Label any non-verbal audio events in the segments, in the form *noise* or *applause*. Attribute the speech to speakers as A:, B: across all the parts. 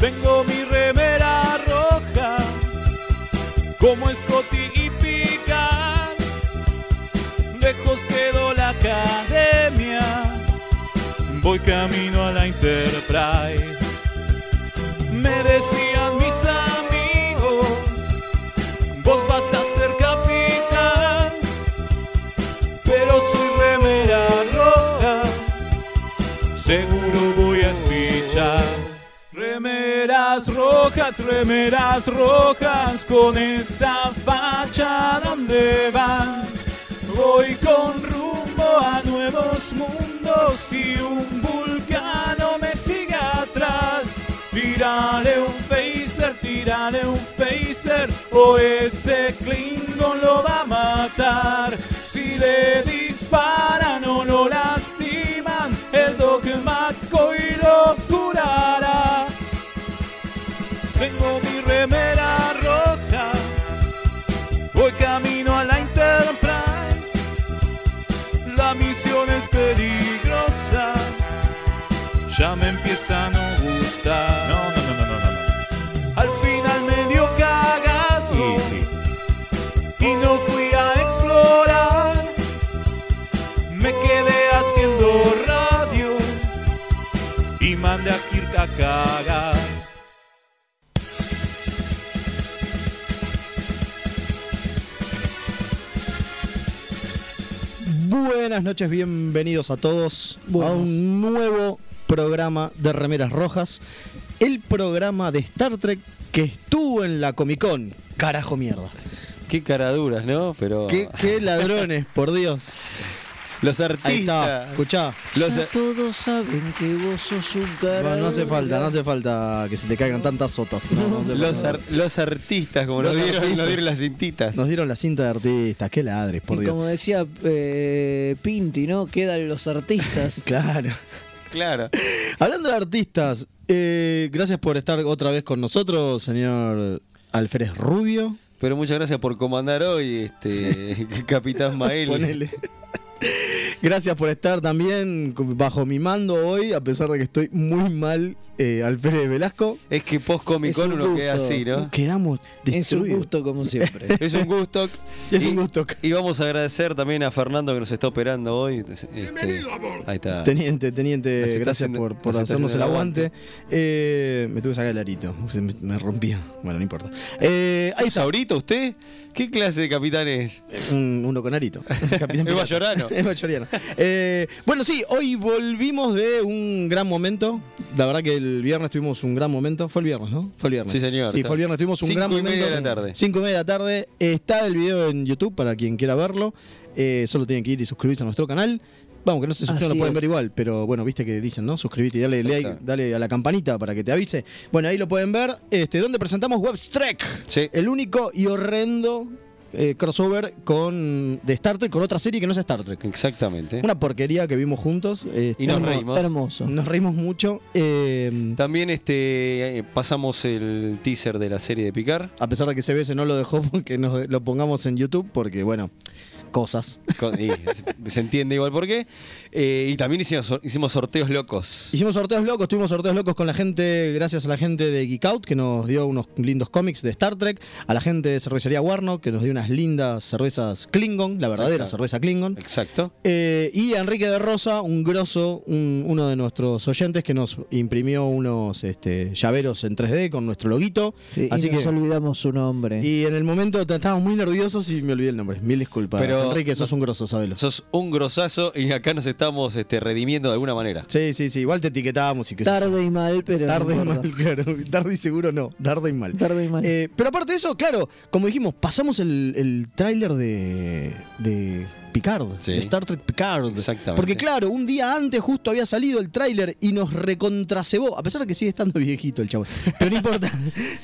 A: Tengo mi remera roja, como Scotty y Pican. Lejos quedó la academia, voy camino a la Enterprise. Me decían mis amigos, vos vas a ser capitán, pero soy remera roja, seguro voy a espichar. Remeras rojas, remeras rojas, con esa facha donde van. Voy con rumbo a nuevos mundos y un vulcano me sigue atrás. Tírale un phaser, tírale un phaser, o ese Klingon lo va a matar. Si le disparan o lo lastiman, el dogmático y lo curará. Tengo mi remera rota, voy camino a la Enterprise. La misión es peligrosa, ya me empieza a no gustar. No, no, no, no, no, Al final me dio cagazo y no fui a explorar. Me quedé haciendo radio y mandé a Kirk a cagar.
B: Buenas noches, bienvenidos a todos
C: Buenas.
B: a un nuevo programa de Remeras Rojas, el programa de Star Trek que estuvo en la Comic Con. Carajo mierda.
D: Qué caraduras, ¿no? Pero
B: Qué, qué ladrones, por Dios.
D: los
B: Ahí está,
D: artistas.
B: escuchá.
D: Los-
C: Ya todos saben que vos sos un cara.
B: Bueno, no hace falta, no hace falta que se te caigan tantas sotas. No, no hace
D: los,
B: falta.
D: ar- los artistas, como
B: Los
D: nos dieron,
B: artistas.
D: nos dieron las cintitas.
B: Nos dieron la cinta de artistas, qué ladres, por
C: Y
B: Dios.
C: como decía eh, Pinti, ¿no? Quedan los artistas.
B: *laughs* Claro.
D: Claro.
B: Hablando de artistas, eh, gracias por estar otra vez con nosotros, señor Alférez Rubio.
D: Pero muchas gracias por comandar hoy,
B: *laughs*
D: este Capitán Mael.
B: Ponele. Gracias por estar también bajo mi mando hoy, a pesar de que estoy muy mal, eh, Alférez Velasco.
D: Es que post Comic
C: Es
D: Con
C: un
D: uno queda
C: gusto.
D: así, ¿no?
B: Quedamos
C: Es un
B: destruidos.
C: gusto, como siempre.
D: *laughs* Es un gusto.
B: *laughs* Es
D: Y-
B: un gusto.
D: Y vamos a agradecer también a Fernando que nos está operando hoy. Bienvenido, amor. Ahí está.
B: Teniente, teniente,
D: Nos está
B: gracias
D: haciendo-
B: por, por
D: nos está
B: hacernos el
D: haciendo
B: aguante.
D: el
B: Eh, me tuve que sacar el arito, se me, me rompía. Bueno, no importa. Eh, ahí está,
D: ¿Saurito usted? ¿Qué clase de capitán es?
B: Eh, un- uno con
D: *laughs*
B: arito. Capitán
D: Es
B: Pirata.
D: mayorano.
B: Es mayorano. Eh, bueno, sí, hoy volvimos de un gran momento. La verdad que el viernes tuvimos un gran momento. Fue el viernes, ¿no? Fue el viernes.
D: Sí, señor.
B: Sí, fue el viernes. Tuvimos un
D: Cinco
B: gran
D: y
B: momento.
D: media de la tarde.
B: Cinco y media de la tarde. Está el video en YouTube para quien quiera verlo. Eh, solo tienen que ir y suscribirse a nuestro canal. Vamos, que no se suscriban,
C: Así
B: lo pueden ver
C: es.
B: igual, pero bueno, viste que dicen, ¿no? Suscribite y dale,
D: Exacto.
B: like, dale a la campanita para que te avise. Bueno, ahí lo pueden ver, este, donde presentamos Webstrek,
D: Sí.
B: el único y horrendo eh, crossover con de Star Trek con otra serie que no es Star Trek.
D: Exactamente.
B: Una porquería que vimos juntos. este,
D: Y nos
B: no-
D: reímos.
C: Hermoso.
B: Nos reímos mucho. eh,
D: También este eh, pasamos el teaser de la serie de Picar.
B: a pesar de que CBS no lo dejó *laughs* que nos lo pongamos en YouTube, porque bueno, cosas.
D: Con- y se entiende igual por qué. Eh, y también hicimos, sor- hicimos sorteos locos.
B: Hicimos sorteos locos, tuvimos sorteos locos con la gente, gracias a la gente de Geek Out, que nos dio unos lindos cómics de Star Trek, a la gente de Cervecería Warnock, que nos dio unas lindas cervezas Klingon, la verdadera
D: Exacto.
B: cerveza Klingon.
D: Exacto.
B: Eh, y a Enrique de Rosa, un grosso, un- uno de nuestros oyentes que nos imprimió unos este, llaveros en 3D con nuestro loguito.
C: Sí,
B: Así
C: y nos
B: que-
C: olvidamos su nombre.
B: Y en el momento t- estábamos muy nerviosos y me olvidé el nombre. Mil disculpas.
D: Pero-
B: Enrique, sos un grosso, sabelo.
D: Sos un grosazo y acá nos estamos este, redimiendo de alguna manera.
B: Sí, sí, sí. Igual te etiquetábamos y que
C: Tarde y mal, pero. no
B: Tarde y
C: importa.
B: mal, *laughs* claro. Tarde y seguro no. Tarde y mal.
C: Tarde y mal.
B: Eh, pero aparte de eso, claro, como dijimos, pasamos el, el tráiler de, de Picard.
D: Sí.
B: de Star Trek Picard.
D: Exactamente.
B: Porque claro, un día antes justo había salido el tráiler y nos recontracebó. A pesar de que sigue estando viejito el
D: *laughs*
B: chavo. Pero no importa.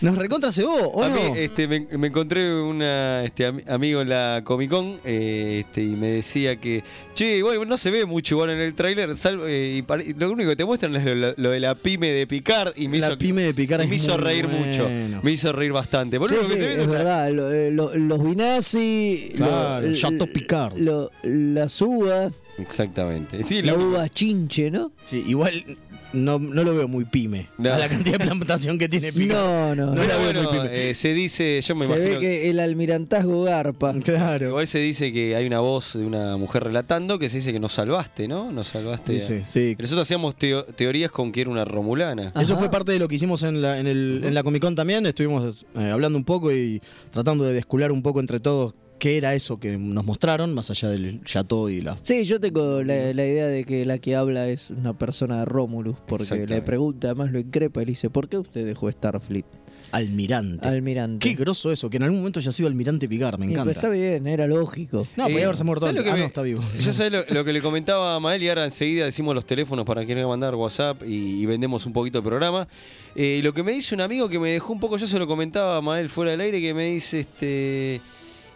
B: nos recontracebó, ¿o
D: a
B: no?
D: mí este, me, me encontré una, este, ami- amigo en la Comic Con eh, este, y me decía que, che, bueno, no se ve mucho igual en el tráiler, salvo- eh, y pare- lo único que te muestran es lo, lo- lo de la pyme de Picard y me
B: La
D: hizo,
B: pyme de Picard
D: y
B: es
D: me hizo
B: muy
D: reír mucho,
B: bueno.
D: me hizo reír bastante. Por
C: Sí,
D: único que
C: sí,
D: se ve es
C: es
D: una-
C: verdad, lo- eh, lo- los Vinazzi,
B: Claro,
C: lo-
B: Chateau Picard.
C: lo- las uvas,
D: Exactamente. Sí,
C: la
D: lo-
C: uva chinche, ¿no?
B: Sí, igual no, no lo veo muy pyme.
D: No.
B: A la cantidad de plantación que
D: *laughs*
B: tiene Picard.
C: No, no.
B: No
D: pero
B: la veo
D: bueno,
B: muy pyme.
D: eh, se dice, yo me
C: se
D: imagino
C: ve que el almirantazgo garpa.
B: Claro.
D: Igual se dice que hay una voz de una mujer relatando que se dice que nos salvaste, ¿no? Nos salvaste.
B: Dice, sí.
D: Nosotros hacíamos teo- teorías con que era una romulana.
B: Eso
C: Ajá.
B: fue parte de lo que hicimos en la, en el- en la Comic Con también. Estuvimos eh, hablando un poco y tratando de descular un poco entre todos qué era eso que nos mostraron, más allá del Chateau y la.
C: Sí, yo tengo la, la idea de que la que habla es una persona de Romulus, porque
D: Exactamente.
C: le pregunta, además lo increpa y le dice, ¿por qué usted dejó Starfleet?
B: Almirante.
C: Almirante.
B: Qué groso eso, que en algún momento ya ha sido almirante Picard, me
C: Y, pero
B: encanta.
C: está bien, era lógico.
B: No, podía
D: Eh,
B: haberse muerto
D: pues, ¿sabes lo
B: antes.
D: que
B: Ah,
D: me-
B: no, está
D: *laughs*
B: vivo.
D: Yo sé lo, lo que le comentaba a Mael y ahora enseguida decimos los teléfonos para quien quiera mandar WhatsApp y, y vendemos un poquito el programa. Eh, lo que me dice un amigo que me dejó un poco, yo se lo comentaba a Mael fuera del aire, que me dice este.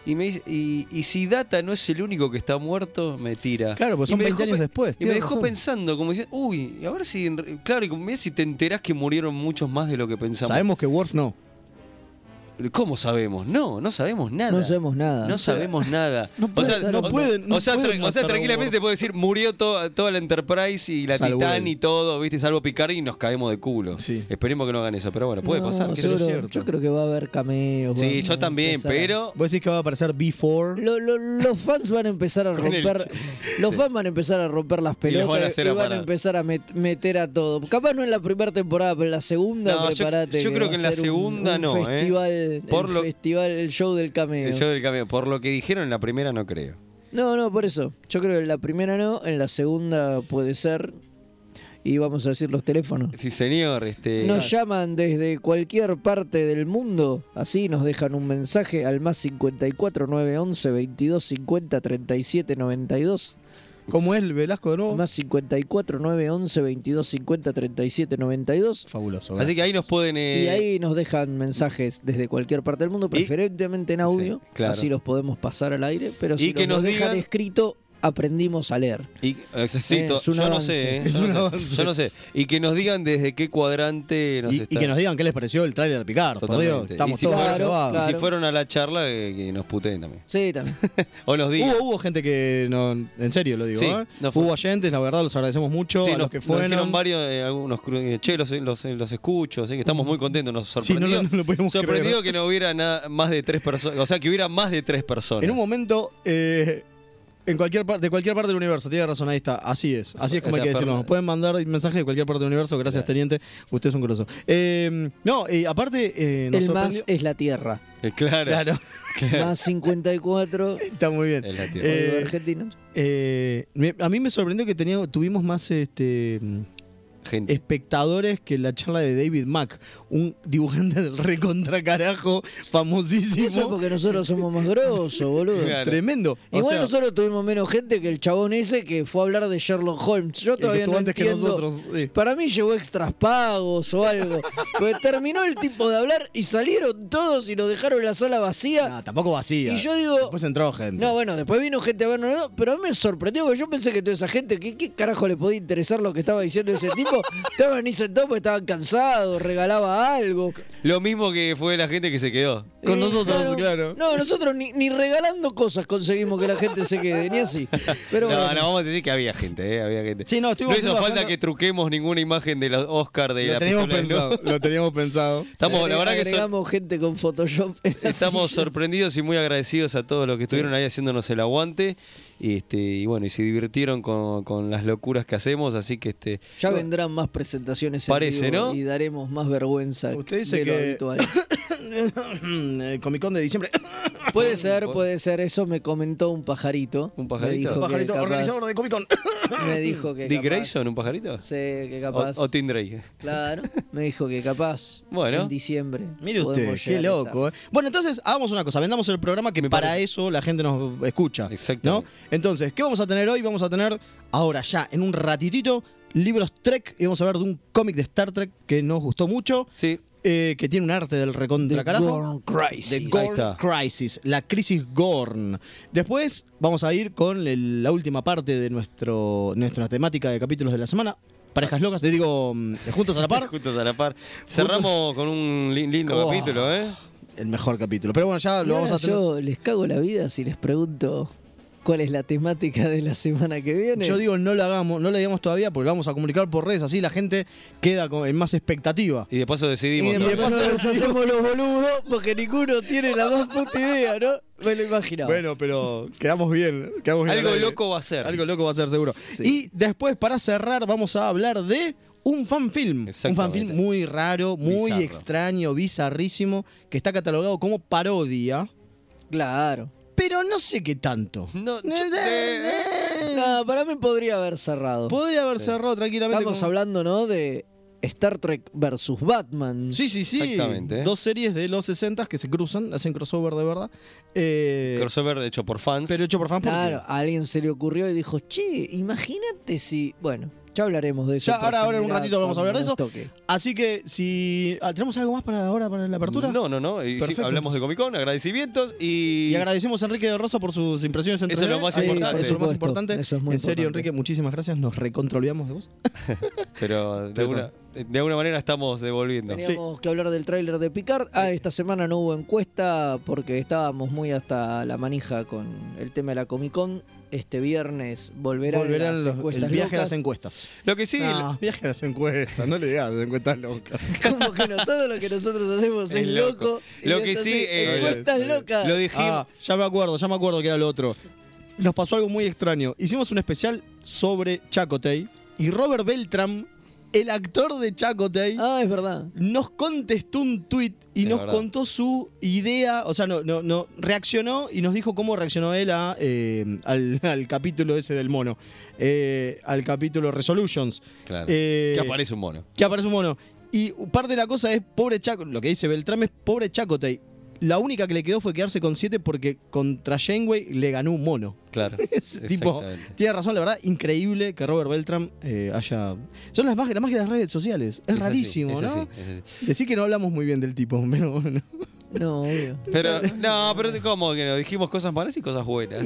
D: Y me dice, y, y si Data no es el único que está muerto, me tira.
B: Claro, pues
D: Y
B: son
D: me
B: 20 años
D: pe-
B: después,
D: Y me
B: tiene
D: dejó
B: razón.
D: pensando, como diciendo, uy, a ver si. en re- Claro, y como, mirá si te enterás que murieron muchos más de lo que pensamos.
B: Sabemos que Worf no.
D: ¿Cómo sabemos? No, no sabemos nada.
C: No sabemos nada.
D: No sabemos nada.
B: Ah, *laughs* No puede ser, no
D: o-
B: pueden, no
D: o sea,
B: pueden
D: tra- o
B: matar
D: sea,
B: a
D: tranquilamente
B: Worf.
D: te puedo decir, murió to- toda la Enterprise y la
B: Salvo
D: Titán
B: él.
D: y todo, ¿viste? Salvo Picard y nos caemos de culo.
B: Sí.
D: Esperemos que no hagan eso, pero bueno, puede
C: No,
D: pasar. qué sé yo.
C: seguro-
B: cierto.
C: Yo creo que va a haber cameos. van
D: Sí,
C: a
D: yo también,
C: empezar a-
D: pero.
B: Vos decís que va a aparecer B4.
C: Lo- lo- los fans van a empezar a
D: Con el
C: romper. Los fans van a empezar a romper las
D: Y los
C: pelotas
D: van a
C: y,
D: hacer
C: van a
D: aparar.
C: empezar a met- meter a todo. Capaz no en la primera temporada, pero en la segunda
D: No, yo-
C: preparate.
D: yo creo
C: va
D: que
C: a
D: en la
C: ser un-
D: segunda
C: un
D: no, ¿eh?
C: Festival,
D: Por
C: el
D: lo-
C: festival, el show del cameo.
D: el show del cambio. Por lo que dijeron en la primera, no creo.
C: No, no, por eso. Yo creo que en la primera no, en la segunda puede ser. Y vamos a decir los teléfonos.
D: Sí, señor. Este,
C: Nos llaman desde cualquier parte del mundo, así nos dejan un mensaje al más 54 911 22 50 37 92.
B: ¿Cómo es el Velasco de nuevo?
C: Más 54 911 22 50 37 92.
B: Fabuloso.
D: Así que ahí nos pueden. eh,
C: Y ahí nos dejan mensajes desde cualquier parte del mundo, preferentemente en audio,
D: Sí, claro.
C: así los podemos pasar al aire, pero
D: Y
C: si
D: que
C: nos,
D: nos
C: lo dejan
D: digan-
C: escrito, aprendimos a leer.
D: Y, eh, sí,
C: Eh,
D: to-
C: es un
D: yo no
C: avance.
D: sé, eh,
B: Es
D: yo,
B: un
D: no sé
B: avance.
D: yo no sé. Y que nos digan desde qué cuadrante nos
B: y, y
D: está-
B: que nos digan qué les pareció el tráiler de Picard, por
D: Totalmente.
B: Dios. Estamos
D: Y si
B: todos
C: fuera-
B: reservados.
D: Y si
C: Claro.
D: fueron a la charla, eh, que nos puteen también. *laughs*
C: Sí, también.
D: O nos digan.
B: Hubo, hubo gente que, no, en serio lo digo,
D: Sí,
B: ¿eh?
D: no fue-
B: hubo oyentes, la verdad los agradecemos mucho
D: Sí,
B: a los
D: nos,
B: que
D: nos
B: fueron.
D: dijeron varios, eh, algunos cru- eh, che, los, los, los escucho, así que estamos muy contentos, nos
B: Sí, no,
D: sorprendió.
B: no, no lo podíamos
D: sorprendido
B: creer.
D: que no hubiera nada, más de tres personas, o sea, que hubiera más de tres personas.
B: En un momento, eh, en cualquier parte, de cualquier parte del universo, tiene razón, ahí está, así es, así es como hay que
D: Está
B: decirlo. Nos
D: Este, Fernández.
B: pueden mandar mensajes de cualquier parte del universo, gracias teniente, usted es un grosso. Eh, no, y aparte, eh, nos
C: El más
B: sorprendió-
C: es la Tierra.
D: Eh, *laughs* claro. Eh,
B: Claro, *laughs*
C: Más 54.
B: está muy bien.
D: Es la tierra.
B: Eh,
C: código argentino.
B: Eh, me- a mí me sorprendió que tenía, tuvimos más este
D: Gente.
B: espectadores que la charla de David Mack, un dibujante del recontra carajo, famosísimo.
C: Eso es porque nosotros somos más grosos, boludo.
D: Claro.
B: Tremendo. O
C: Igual
B: sea,
C: nosotros tuvimos menos gente que el chabón ese que fue a hablar de Sherlock Holmes. Yo
B: que
C: todavía
B: estuvo
C: no
B: antes que
C: entiendo.
B: nosotros, sí.
C: Para mí llegó extras pagos o
B: *laughs*
C: algo. Porque terminó el tipo de hablar y salieron todos y nos dejaron la sala vacía.
B: nah, tampoco vacía.
C: Y yo digo-
B: Después entró gente.
C: No, bueno, después vino gente a vernos, ¿no? pero a mí me sorprendió porque yo pensé que toda esa gente, ¿qué, qué carajo le podía interesar lo que estaba diciendo ese
B: *laughs*
C: tipo? Estaban ni sentados porque estaban cansados, regalaba algo.
D: Lo mismo que fue la gente que se quedó.
B: Con
C: Eh,
B: nosotros, claro.
C: No, nosotros ni, ni regalando cosas conseguimos que la gente se quede,
B: *laughs*
C: ni así. Pero
D: no,
C: bueno.
D: no, vamos a decir que había gente, eh, había gente.
B: Sí, no, estuvimos
D: hizo
B: haciendo
D: falta
B: bastante-
D: que truquemos ninguna imagen de los Oscar de
B: lo
D: la
B: teníamos
D: pistola de
B: pensado,
D: Newton.
B: lo teníamos pensado.
D: Estamos, la verdad que son-
C: Agregamos gente con Photoshop. en las
D: Estamos
C: sillas.
D: sorprendidos y muy agradecidos a todos los que estuvieron ahí haciéndonos el aguante. Y, este, y bueno, y se divirtieron con, con las locuras que hacemos, así que este.
C: Ya vendrán más presentaciones en
D: Parece,
C: vivo
D: ¿no?
C: y daremos más
B: *coughs*
C: vergüenza
B: Usted dice
C: de lo
B: que-
C: habitual.
B: Comic Con de diciembre. *coughs*
C: Puede
D: *laughs*
C: ser, puede ser. Eso me comentó un pajarito.
D: ¿Un pajarito?
C: Me dijo
B: Pajarito,
C: que
B: organizador
C: capaz,
B: de Comic Con.
C: Me dijo que
D: ¿Dick
C: capaz-
D: Grayson, un pajarito?
C: Sí, que capaz.
D: O, o Tim Drake.
C: Claro, me dijo que capaz.
D: Bueno.
C: En diciembre.
B: Mire usted,
C: podemos
B: qué
C: llegar a estar.
B: loco. ¿eh? Bueno, entonces hagamos una cosa, vendamos el programa que
D: Me
B: para
D: parece.
B: eso la gente nos escucha. ¿no?
D: Exactamente.
B: Entonces, ¿qué vamos a tener hoy? Vamos a tener ahora ya, en un ratitito, libros Trek y vamos a hablar de un cómic de Star Trek que nos gustó mucho,
D: Sí.
B: eh, que tiene un arte del recontra
C: The
B: carajo.
C: Gorn Crisis.
D: Gorn- Ahí está.
B: Crisis, la crisis Gorn. Después vamos a ir con el- la última parte de nuestro, nuestra temática de capítulos de la semana. Parejas locas, te digo, mm, juntas a la
D: *laughs*
B: par.
D: Juntos a la par. Cerramos con un li- lindo
B: Oh.
D: capítulo, ¿eh?
B: El mejor capítulo. Pero bueno, ya
C: Y
B: lo vamos a
C: ahora
B: tener.
C: Yo les cago la vida si les pregunto cuál es la temática de la semana que viene.
B: Yo digo, no lo hagamos, no lo digamos todavía porque lo vamos a comunicar por redes, así la gente queda con, en más expectativa.
D: Y de paso
C: y
D: decidimos.
C: de
D: ¿no?
C: paso
B: *laughs*
C: nos hacemos los boludos porque ninguno tiene la más puta idea, ¿no? Me lo imaginaba.
B: Bueno, pero quedamos bien, quedamos bien
D: Algo
B: al aire.
D: loco va a ser.
B: Algo loco va a ser seguro. Y después, para cerrar, vamos a hablar de un fanfilm. Un
D: Exactamente.
B: fanfilm muy raro, muy
D: Bizarro.
B: extraño, bizarrísimo, que está catalogado como parodia,
C: Claro.
B: pero no sé qué tanto. eh,
D: No, yo- eh,
C: No, para mí podría haber cerrado.
B: Podría haber cerrado tranquilamente.
C: Estamos
B: con-
C: hablando, ¿no? De Star Trek versus Batman.
B: Sí, sí, sí.
D: Exactamente.
B: Dos series de los 60 que se cruzan, hacen crossover de verdad. Eh,
D: Crossover hecho por fans.
B: pero hecho por fans. por
C: Claro, a alguien se le ocurrió y dijo, che, imagínate si. Bueno, ya hablaremos de eso.
B: Ya,
C: por
B: ahora, ahora en un
C: general,
B: ratito vamos a hablar de eso.
C: cuando nos toque.
B: Así que si. ah, ¿Tenemos algo más para ahora, para la apertura?
D: No, no, no. Y sí,
B: Perfecto.
D: hablamos de Comic Con, agradecimientos y.
B: Y agradecemos a Enrique de Rosa por sus impresiones en
D: Eso es lo
B: 3D.
D: más
B: Ahí,
D: importante.
B: Eso es lo más
C: Por supuesto,
B: importante.
C: eso es muy
B: en serio,
C: importante.
B: Enrique, muchísimas gracias. Nos recontrolamos de vos.
D: Pero de alguna, de alguna manera estamos devolviendo.
C: Teníamos que hablar del tráiler de Picard. Ah, esta semana no hubo encuesta porque estábamos muy hasta la manija con el tema de la Comic Con. Este viernes volverán,
B: Volverán
C: las
B: los-
C: encuestas
B: el viaje a
C: locas.
B: las encuestas.
D: Lo que sí,
B: No, viaje a las encuestas. No le digas las encuestas locas.
C: *laughs* Como que no, todo lo que nosotros hacemos es,
D: Es loco.
C: loco. y
D: Lo que
C: es
D: sí,
C: así,
D: eh,
C: encuestas locas.
D: lo dijimos.
B: Ah, ya me acuerdo, ya me acuerdo que era lo otro. Nos pasó algo muy extraño. Hicimos un especial sobre Chacotay y Robert Beltram, el actor de Chacotay.
C: Ah, es verdad.
B: nos contestó un tweet y
D: Es
B: nos
D: verdad.
B: contó su idea, o sea, no, no, no, reaccionó y nos dijo cómo reaccionó él a, eh, al, *laughs* al capítulo ese del mono, eh, al capítulo Resolutions.
D: Claro.
B: Eh,
D: que aparece un mono.
B: que aparece un mono. Y parte de la cosa es pobre Chaco, lo que dice Beltrán es pobre Chacotay. La única que le quedó fue quedarse con 7 porque contra Janeway le ganó un mono.
D: Claro. *laughs*
B: Es tipo,
D: exactamente.
B: tiene razón, la verdad, increíble que Robert Beltram eh, haya. Son las más, la magia de las redes sociales. Es,
D: así,
B: rarísimo,
D: es
B: ¿no?
D: así, es así.
B: Decir que no hablamos muy bien del tipo, *laughs* pero bueno.
C: No,
D: *laughs*
C: obvio.
D: Pero, no, pero ¿cómo que nos dijimos cosas malas y
B: *laughs*
D: cosas buenas?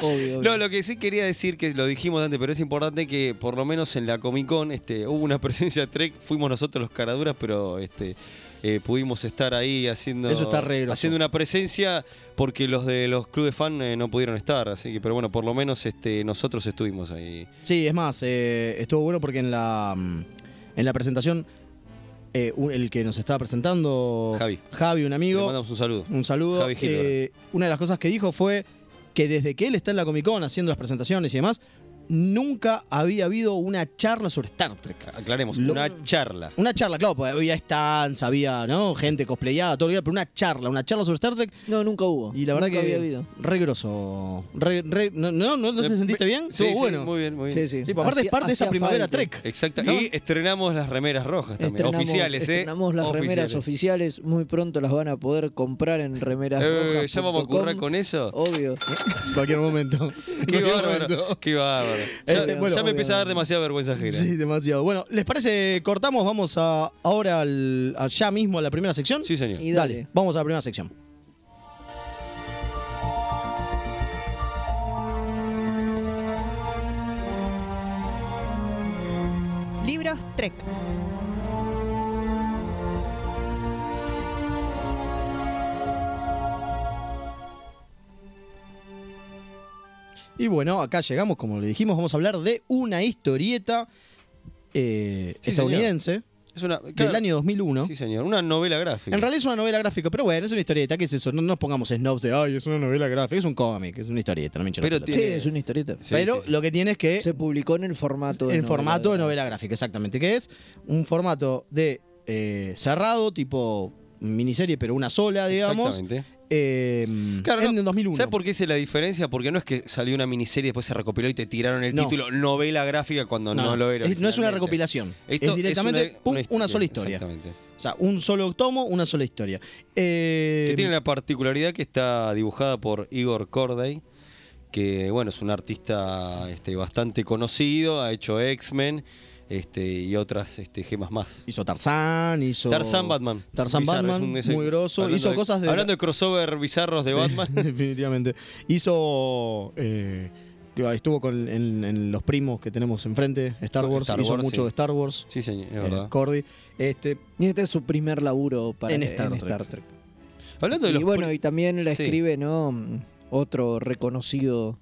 C: Obvio, obvio.
D: No, lo que sí quería decir, que lo dijimos antes, pero es importante que por lo menos en la Comic Con este, hubo una *laughs* presencia Trek, fuimos nosotros los caraduras, pero este, eh, pudimos estar ahí haciendo,
B: Eso está re groso.
D: haciendo una presencia porque los de los clubes fan eh, no pudieron estar, así que, pero bueno, por lo menos este, nosotros estuvimos ahí.
B: Sí, es más, eh, estuvo bueno porque en la, mm, en la presentación, eh, un- el que nos estaba presentando,
D: Javi.
B: un
D: Le
B: amigo,
D: mandamos un saludo.
B: un saludo.
D: Javi Gil,
B: eh, una de las cosas que dijo fue que desde que él está en la Comic Con haciendo las presentaciones y demás, nunca había habido una charla sobre Star Trek.
D: Aclaremos,
B: lo-
D: una charla.
B: Una charla, claro, porque había stands, había ¿no? gente cosplayada, todo el día, pero una charla, una charla sobre Star Trek.
C: No, nunca hubo.
B: Y la verdad
C: Nunca
B: que
C: había habido.
B: re grosso. Re- re- no, no, no, ¿no te sentiste bien?
D: Eh, Sí,
B: Estuvo
D: sí,
B: bueno.
D: muy bien, muy bien.
C: Sí, sí.
B: Sí, pues aparte
C: Hacía-
B: es parte de esa
C: hacía
B: primavera
C: falta.
B: Trek.
D: Exacto.
B: ¿No?
D: Y estrenamos las remeras rojas también.
C: Estrenamos-
D: oficiales, ¿eh?
C: estrenamos las remeras oficiales. Muy pronto las van a poder comprar en remeras
D: Eh, ya vamos a currar con eso.
C: Obvio.
B: En cualquier momento. En
D: *laughs* Qué
B: cualquier
D: bárbaro.
B: momento.
D: Qué bárbaro. Ya,
B: Este, bueno,
D: ya me
C: obvio.
D: empieza a dar demasiada vergüenza ajena.
B: Sí,
D: eh, Sí,
B: demasiado. Bueno, ¿les parece? Cortamos, vamos a ahora al, a- ya mismo a la primera sección.
D: señor.
C: Y
B: dale.
C: dale.
B: vamos a la primera sección.
E: Libros Trek.
B: Y bueno, acá llegamos, como le dijimos, vamos a hablar de una historieta eh,
D: Sí,
B: estadounidense
D: Es una,
B: del
D: claro,
B: año 2001.
D: Sí, señor. Una novela gráfica.
B: En realidad es una novela gráfica, pero bueno, es una historieta. ¿Qué es eso? No nos pongamos snobs de, ay, es una novela gráfica. Es un cómic, es una historieta. No me hinchen las
D: Pero
B: pelotas.
C: Sí,
D: tiene-
C: es una historieta.
D: Sí,
B: pero
D: sí, sí.
B: lo que tiene es que
C: Se publicó en el formato. de
B: Eh, en
C: novela
B: formato de
C: gráfica.
B: novela gráfica, exactamente. Que es un formato de eh, cerrado, tipo miniserie, pero una sola, digamos.
D: Exactamente.
B: eh,
D: Claro,
B: en
D: no.
B: 2001.
D: ¿Sabes por qué es la diferencia? Porque no es que salió una miniserie y después se recopiló y te tiraron el
B: No.
D: título novela gráfica cuando no, lo era.
B: Es- no es una
D: originalmente.
B: recopilación.
D: Esto
B: es directamente
D: una-
B: pum, una,
D: una
B: sola historia. Eh,
D: Exactamente.
B: O sea, un solo tomo, una sola historia. Eh,
D: Que tiene la particularidad que está dibujada por Igor Corday, que bueno, es un artista este, bastante conocido, ha hecho X-Men este, y otras este, gemas más.
B: Hizo Tarzán, hizo.
D: Tarzan Batman.
B: Tarzan
D: Bizarro,
B: Batman,
D: es un- es un-
B: muy grosso.
D: hablando
B: Hizo cosas de.
D: Hablando de crossover bizarros de
B: Sí,
D: Batman.
B: *laughs* definitivamente. Hizo. eh, que estuvo con, en, en los primos que tenemos enfrente, Star Wars.
D: Star
B: hizo
D: Wars,
B: mucho
D: sí.
B: de Star Wars.
D: Sí, señor, es
B: eh,
D: verdad.
B: Cordy. Este,
C: Y este es su primer laburo para
B: En
C: en
B: Star
C: Star,
B: Trek.
C: Trek.
D: Hablando de
C: Y
D: los
C: bueno,
D: pri-
C: y también la
D: Sí.
C: escribe, ¿no? Mm, Otro reconocido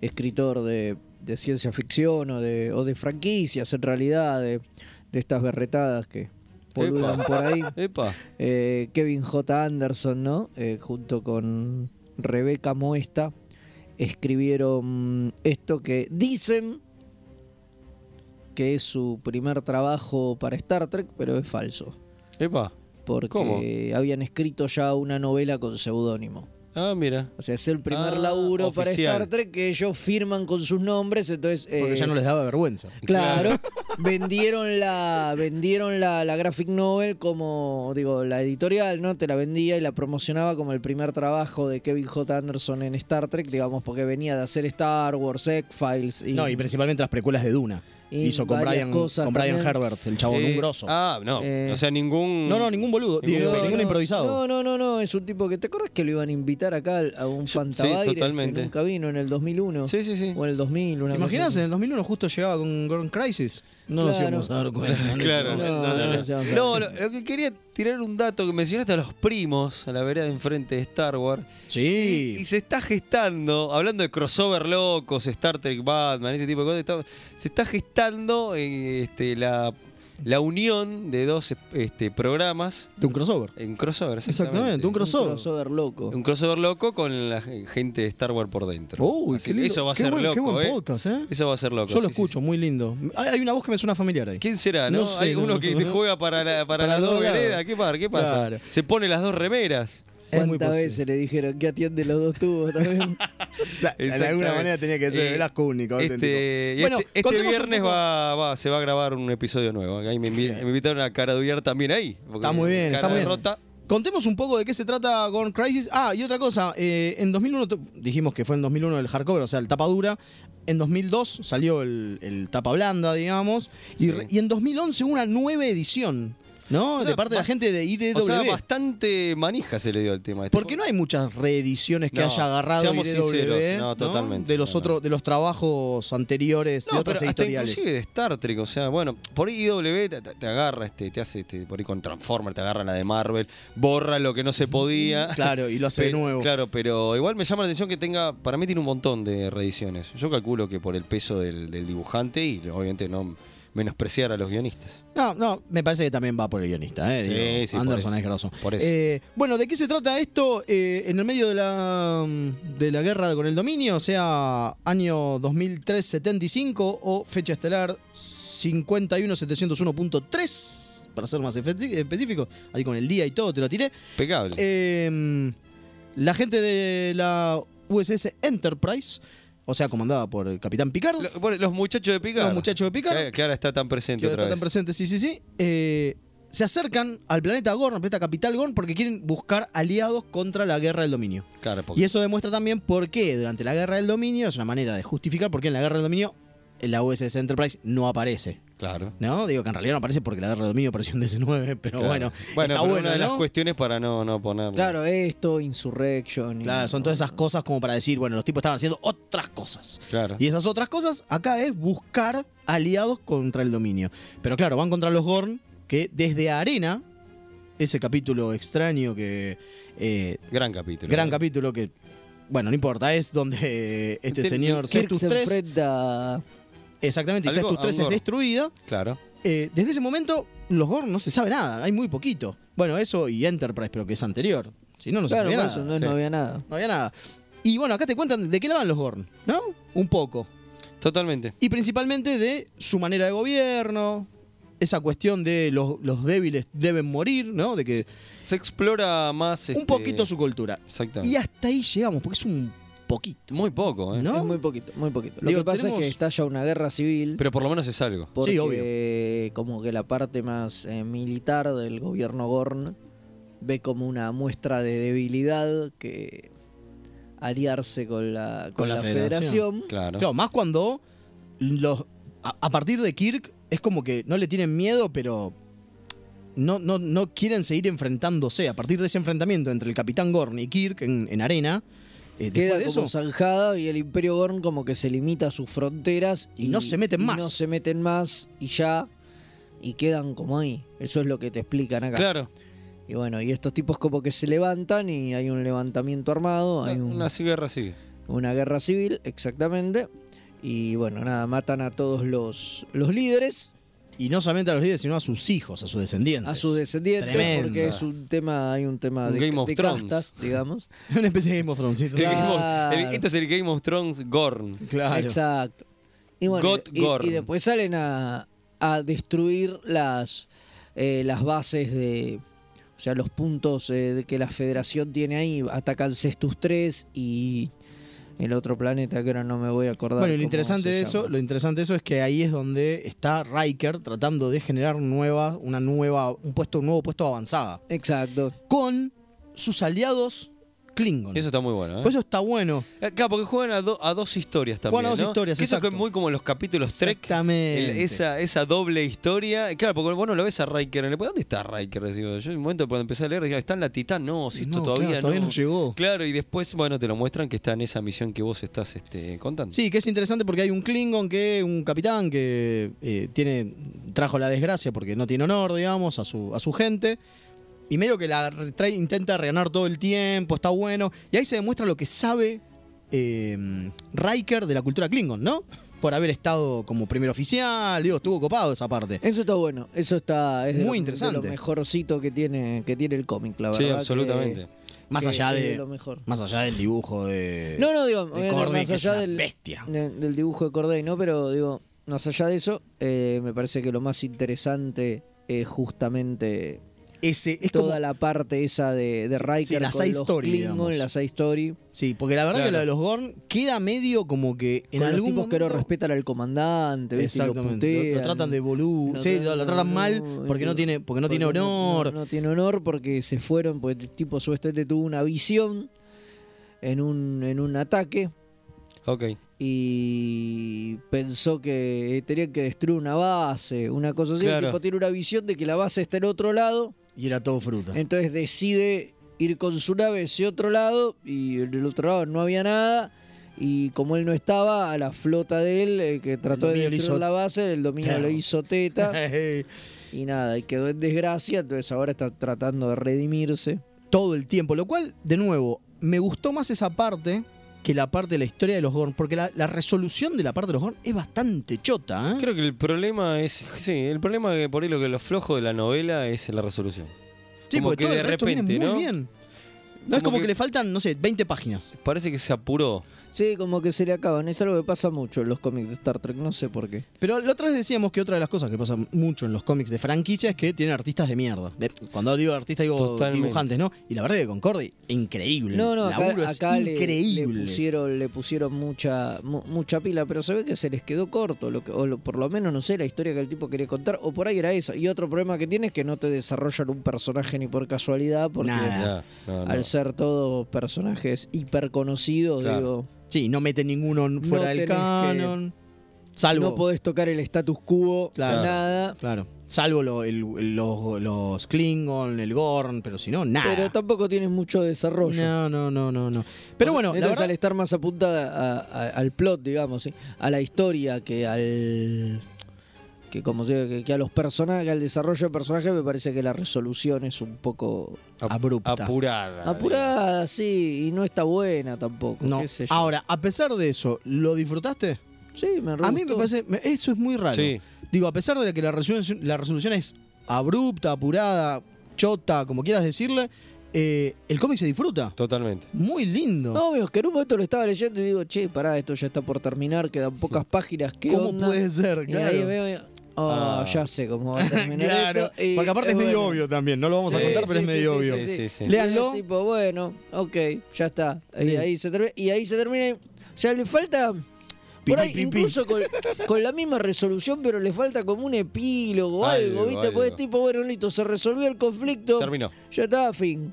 C: escritor de, de ciencia ficción o de, o de franquicias, en realidad, de, de estas berretadas que polulan por ahí.
D: Epa.
C: Eh, Kevin J. Anderson, ¿no? Eh, junto con Rebeca Moesta, escribieron esto que dicen que es su primer trabajo para Star Trek, pero es falso.
D: Epa.
C: Porque
D: ¿Cómo?
C: habían escrito ya una novela con seudónimo.
D: Ah, mira.
C: O sea, es el primer
D: Ah,
C: laburo
D: oficial.
C: para Star Trek que ellos firman con sus nombres, entonces...
B: porque
C: eh,
B: ya no les daba vergüenza.
C: Claro, *laughs* vendieron la vendieron la, la graphic novel como digo la editorial no te la vendía y la promocionaba como el primer trabajo de Kevin J Anderson en Star Trek digamos porque venía de hacer Star Wars X Files y
B: No, y principalmente las precuelas de Duna.
C: y
B: hizo con
C: varias
B: Brian,
C: cosas
B: con Brian
C: también.
B: Herbert, el chabón,
D: Eh,
B: un grosso.
D: Ah, no.
C: Eh.
D: O sea, ningún.
B: no, no, ningún boludo.
D: ningún
B: digo,
D: boludo.
B: ningún improvisado.
C: no no no no es un tipo que te acuerdas que lo iban a invitar acá al- a un
D: Sí,
C: Fantabaires
D: totalmente.
C: que nunca vino en el 2001
D: Sí, sí, sí.
C: o en el 2000 una
B: ¿Te
C: cosa
B: imaginas?
C: así.
B: En el 2001 justo llegaba con Grand Crisis. No nos
C: Claro.
B: íbamos a dar cuenta.
D: Claro.
C: No,
D: No, no,
C: no,
D: no.
C: no, ya, ya.
D: No, lo, lo que quería tirar un dato que mencionaste a los primos, a la vereda de enfrente de Star Wars. Y, y
B: Sí.
D: se está gestando, hablando de crossover locos, Star Trek Batman, ese tipo de cosas, está- se está gestando eh, este, la, la unión de dos este, programas
B: De un crossover.
D: en crossover.
B: Exactamente, un crossover.
C: un crossover loco
D: Un crossover loco con la gente de Star Wars por dentro.
B: Uy,
D: Así
B: qué
D: que
B: lindo.
D: Eso va a
B: Qué
D: ser
B: buen-
D: loco,
B: Qué buen
D: ¿eh?
B: podcast, ¿eh?
D: Eso va a ser loco.
B: Yo lo
D: sí, sí,
B: escucho, muy lindo. Hay hay una voz que me suena familiar ahí.
D: ¿Quién será, no?
B: No sé,
D: Hay uno
B: no,
D: que
B: no,
D: te
B: no.
D: juega para, la- para,
B: Para
D: las dos
B: dos lados.
D: veredas. ¿Qué, par- qué pasa?
B: Claro.
D: Se pone las dos remeras.
B: Es muy
C: ¿Cuántas
B: posible.
C: veces le dijeron que atiende los dos tubos
B: *laughs*
C: también?
B: De alguna manera tenía que ser
D: Eh,
B: Velasco único.
D: Este, y
B: Bueno,
D: este- este
B: contemos un
D: viernes
B: poco-
D: va, va- se va a grabar un episodio nuevo. Ahí me, invi- me invitaron a Caradubiar también ahí. porque
B: Está muy bien, está
D: Cara
B: muy bien.
D: Rota,
B: Contemos un poco de qué se trata Gone Crisis. Ah, y otra cosa, eh, en 2001, tu- dijimos que fue en 2001 el hardcover, o sea, el tapa dura. En 2002 salió el, el tapa blanda, digamos. Y,
D: Sí.
B: re- y en 2011 una nueva edición, ¿no?
D: O sea,
B: de parte de la
D: bas-
B: gente de IDW.
D: O sea, bastante manija se le dio al tema. este.
B: Porque no hay muchas reediciones que
D: No,
B: haya agarrado
D: seamos
B: IDW,
D: sinceros, no,
B: ¿eh? ¿no?
D: totalmente,
B: de los
D: no,
B: otros, de los trabajos anteriores de
D: No,
B: otras
D: pero hasta
B: editoriales.
D: inclusive de Star Trek, o sea, bueno, por ahí IW te, te- te agarra, este, te hace este, por ahí con Transformer, te agarra la de Marvel, borra lo que no se podía.
B: Claro, y lo hace de
D: Pero-
B: nuevo.
D: Claro, pero igual me llama la atención que tenga, para mí tiene un montón de reediciones. Yo calculo que por el peso del, del dibujante y obviamente no menospreciar a los guionistas.
B: No, no, me parece que también va por el guionista, ¿eh?
D: Sí,
B: Digo,
D: sí, por
B: Anderson
D: eso.
B: es grosso.
D: Por eso.
B: Eh, bueno, ¿de qué se trata esto Eh, en el medio de la, mm, de la guerra con el dominio? O sea, año 2375 o fecha estelar 51701.3, para ser más efecti- específico, ahí con el día y todo te lo tiré.
D: Impecable.
B: Eh, la gente de la USS Enterprise, o sea, comandada por el capitán Picard.
D: Lo- bueno, los muchachos de Picard.
B: Los muchachos de Picard.
D: Que, que ahora está tan presente
B: que
D: otra
B: están
D: vez.
B: presentes, sí, sí, sí. Eh, se acercan al planeta Gorn, al planeta capital Gorn, porque quieren buscar aliados contra la guerra del dominio.
D: Claro, porque-
B: Y eso demuestra también por qué durante la guerra del dominio, es una manera de justificar por qué en la guerra del dominio la USS Enterprise no aparece.
D: claro.
B: ¿No? Digo que en realidad no aparece porque la guerra del dominio apareció en DC9, *laughs* pero
D: Claro.
B: bueno,
D: bueno,
B: está
D: pero
B: bueno,
D: una de las
B: ¿no?
D: cuestiones para no, no ponerlo.
C: Claro, esto, Insurrection. y-
B: Claro, son todas esas cosas como para decir, bueno, los tipos estaban haciendo otras cosas.
D: Claro.
B: Y esas otras cosas acá es buscar aliados contra el dominio. Pero claro, van contra los Gorn, que desde Arena, ese capítulo extraño que. eh,
D: Gran capítulo.
B: gran
D: ¿no?
B: capítulo que. Bueno, no importa, es donde *laughs* eh, este
D: Te-
B: señor
C: Kirk
B: Cestus
C: se
B: 3.
C: enfrenta.
B: Exactamente, y
D: Algo
B: Cestus
D: a
B: 3
D: un
B: es
D: Gorn.
B: destruida.
D: Claro.
B: eh, desde ese momento, los Gorn no se sabe nada, hay muy poquito. Bueno, eso y Enterprise, pero que es anterior. Si no, no se
C: claro,
B: sabía
C: por
B: nada.
C: eso no,
D: sí.
C: no había nada.
B: No había nada. Y bueno, acá te cuentan de qué la van los Gorn, ¿no? Un poco.
D: Totalmente.
B: Y principalmente de su manera de gobierno, esa cuestión de los, los débiles deben morir, ¿no? De que
D: Se explora más. este,
B: un poquito su cultura.
D: Exactamente.
B: Y hasta ahí llegamos, porque es un poquito.
D: Muy poco, ¿eh?
B: ¿No?
C: Es muy poquito, muy poquito. Lo
B: Digo,
C: que pasa
B: tenemos-
C: es que estalla una guerra civil.
D: Pero por lo menos es algo.
C: Porque
B: Sí,
C: como que la parte más eh, militar del gobierno Gorn ve como una muestra de debilidad que aliarse con la, con
B: Con la
C: la, federación.
D: Claro.
B: Claro, más cuando los a, a partir de Kirk es como que no le tienen miedo, pero no, no, no quieren seguir enfrentándose. A partir de ese enfrentamiento entre el Capitán Gorn y Kirk en, en arena, eh,
C: Queda
B: después de
C: como
B: eso,
C: zanjada y el Imperio Gorn como que se limita a sus fronteras
B: Y no se meten
C: y
B: más.
C: No se meten más y ya. Y quedan como ahí. Eso es lo que te explican acá.
D: Claro.
C: Y bueno, y estos tipos como que se levantan y hay un levantamiento armado, hay un-
D: Una guerra así.
C: una guerra civil, exactamente. Y bueno, nada, matan a todos los, los líderes,
B: y no solamente a los líderes, sino a sus hijos, a sus descendientes.
C: a sus descendientes,
B: Tremendo.
C: porque es un tema, hay un tema
D: Un
C: de,
D: Game of
C: de
D: Thrones.
C: castas, digamos.
B: *laughs* Una especie de Game of Thrones, sí,
D: El Game of- el-
C: Claro.
D: esto es el Game of Thrones Gorn.
B: *laughs* Claro.
C: Exacto. Y bueno,
D: God
C: y,
D: Gorn.
C: y después salen a, a destruir las, eh, las bases de. O sea, los puntos eh, de que la federación tiene ahí. Atacan Cestus 3 y el otro planeta que ahora no me voy a acordar.
B: Bueno, y lo
C: cómo
B: interesante
C: se
B: de eso,
C: llama.
B: lo interesante de eso es que ahí es donde está Riker tratando de generar nueva, una nueva, un puesto, un nuevo puesto de avanzada.
C: Exacto.
B: Con sus aliados Klingon.
D: Eso está muy bueno. ¿eh?
B: Por eso está bueno.
D: Eh, Claro, porque juegan a, do- a dos historias también.
B: Pues- Juegan a dos
D: ¿no?
B: historias,
D: Que eso
B: exacto.
D: que es muy como los capítulos Trek.
B: Exactamente.
D: el- esa, esa doble historia. Claro, porque vos no lo ves a Riker. en el- ¿Dónde está Riker? Digo, yo en el momento cuando empecé a leer, dije, está en la Titán. No, si esto
B: No,
D: todavía
B: claro,
D: no.
B: todavía no llegó.
D: Claro, y después, bueno, te lo muestran que está en esa misión que vos estás este, contando.
B: Sí, que es interesante porque hay un Klingon que, un capitán que eh, tiene, trajo la desgracia porque no tiene honor, digamos, a su, a su gente. Y medio que la trae- intenta reganar todo el tiempo, está bueno. Y ahí se demuestra lo que sabe eh, Riker de la cultura Klingon, ¿no? Por haber estado como primer oficial, digo, estuvo copado esa parte.
C: Eso está bueno, eso está es de
B: Muy
C: lo-
B: interesante.
C: De lo mejorcito que tiene, que tiene el cómic, la
D: Sí,
C: verdad. que-
D: absolutamente.
B: Más
C: que
B: allá
C: es
B: de-
C: Eh, lo mejor.
B: Más allá del dibujo de.
C: No, no, digo,
B: de
C: eh,
B: Corday,
C: más
B: que es
C: allá
B: una
C: del,
B: bestia.
C: de- del dibujo de Corday, ¿no? Pero digo, más allá de eso, eh, me parece que lo más interesante es justamente
B: Ese, es
C: toda
B: como-
C: la parte esa de, de Riker
B: la
C: con
B: side
C: los
B: story,
C: Klingon,
B: digamos.
C: la side story,
B: Sí, porque la verdad
D: Claro.
B: que lo de los Gorn queda medio como que en
C: con los
B: algún
C: tipos que no
B: momento-
C: respetan al comandante, ¿viste? Y lo
B: Exactamente. Lo- Lo,
C: putean.
B: tratan de boludo.
C: No,
B: sí,
C: no,
B: lo, lo
C: no,
B: tratan
C: no,
B: mal porque no
C: no,
B: tiene, porque no
C: eh, porque
B: tiene honor.
C: No, no tiene honor porque se fueron, porque el tipo supuestamente tuvo una visión en un, en un ataque
D: Ok.
C: y pensó que tenían que destruir una base, una cosa así.
D: Claro.
C: El tipo tiene una visión de que la base está en otro lado,
B: Y era todo fruta.
C: entonces decide ir con su nave hacia otro lado y en el otro lado no había nada. Y como él no estaba, a la flota de él, eh, que trató de
B: dominio lo
C: destruir
B: hizo
C: la base, el dominio
B: Terra.
C: lo hizo teta.
B: *laughs*
C: Y nada, y quedó en desgracia, entonces ahora está tratando de redimirse.
B: todo el tiempo. Lo cual, de nuevo, me gustó más esa parte que la parte de la historia de los Gorn. Porque la, la resolución de la parte de los Gorn es bastante chota. ¿eh?
D: Creo que el problema es. Sí, el problema que por ahí lo que lo flojo de la novela es la resolución.
B: Sí,
D: como
B: porque
D: que
B: todo
D: de
B: el resto viene
D: repente,
B: muy
D: ¿no?
B: bien. No es
D: Como
B: como que...
D: que-
B: le faltan, no sé, 20 páginas.
D: Parece que se apuró.
C: Sí, como que se le acaban, es algo que pasa mucho en los cómics de Star Trek, no sé por qué.
B: Pero la otra vez decíamos que otra de las cosas que pasa mucho en los cómics de franquicia es que tienen artistas de mierda. De- Cuando digo artistas digo
D: Totalmente.
B: dibujantes, ¿no? Y la verdad que Concordi, increíble.
C: No, no,
B: El
C: acá,
B: laburo es
C: acá le,
B: increíble.
C: le pusieron, le pusieron mucha, mu- mucha pila, pero se ve que se les quedó corto, lo que- o lo- por lo menos no sé la historia que el tipo quería contar, o por ahí era eso. Y otro problema que tiene es que no te desarrollan un personaje ni por casualidad, porque
B: Nada.
D: Ya, no, no.
C: al ser todos personajes hiper conocidos,
D: Claro.
C: digo,
B: Sí, no mete ninguno fuera del
C: tenés que-
B: canon. Salvo.
C: no podés tocar el status quo,
B: Claro.
C: nada.
B: Claro. Salvo lo- el- el- los, los Klingon, el Gorn, pero si no, nada.
C: Pero tampoco tienes mucho desarrollo.
B: no, no, no, no, no. Pero bueno, la
C: Entonces, al
B: verdad,
C: estar más apuntada a- a- al plot, digamos, ¿sí? a la historia que al que como se diga, que, que a los personajes, al desarrollo de personajes, me parece que la resolución es un poco
D: Ap-
B: abrupta.
D: Apurada.
C: apurada, sí, y no está buena tampoco.
B: no.
C: este, qué sé yo.
B: Ahora, a pesar de eso, ¿lo disfrutaste?
C: sí, me re
B: A mí me
C: gustó.
B: parece, me- eso es muy raro.
D: Sí.
B: Digo, a pesar de que la resolución, la resolución es abrupta, apurada, chota, como quieras decirle, eh, el cómic se disfruta.
D: Totalmente.
B: Muy lindo.
C: No, veo que en un momento lo estaba leyendo y digo, che, pará, esto ya está por terminar, quedan pocas páginas, ¿qué
B: ¿Cómo
C: onda?
B: puede ser?
C: Y ahí
B: Claro.
C: veo, Oh,
B: Ah.
C: ya sé cómo va a terminar
B: *laughs* Claro,
C: esto, y-
B: porque aparte es
C: eh,
B: medio
C: bueno.
B: obvio también, no lo vamos a
C: Sí,
B: contar, pero
C: sí,
B: es
C: sí,
B: medio
C: sí,
B: obvio.
C: sí, sí.
D: Sí, sí.
C: Y
B: Léanlo.
C: es tipo, bueno, ok, ya está. Y
B: Sí.
C: ahí se termina. Y ahí se termina. O sea, le falta.
B: Pi,
C: Por ahí,
B: pi, pi, pi.
C: incluso con, con la misma resolución, pero le falta como un epílogo o algo,
D: Algo,
C: ¿viste? Porque
D: algo.
C: es tipo, bueno, listo, se resolvió el conflicto.
D: Terminó.
C: Ya está, fin.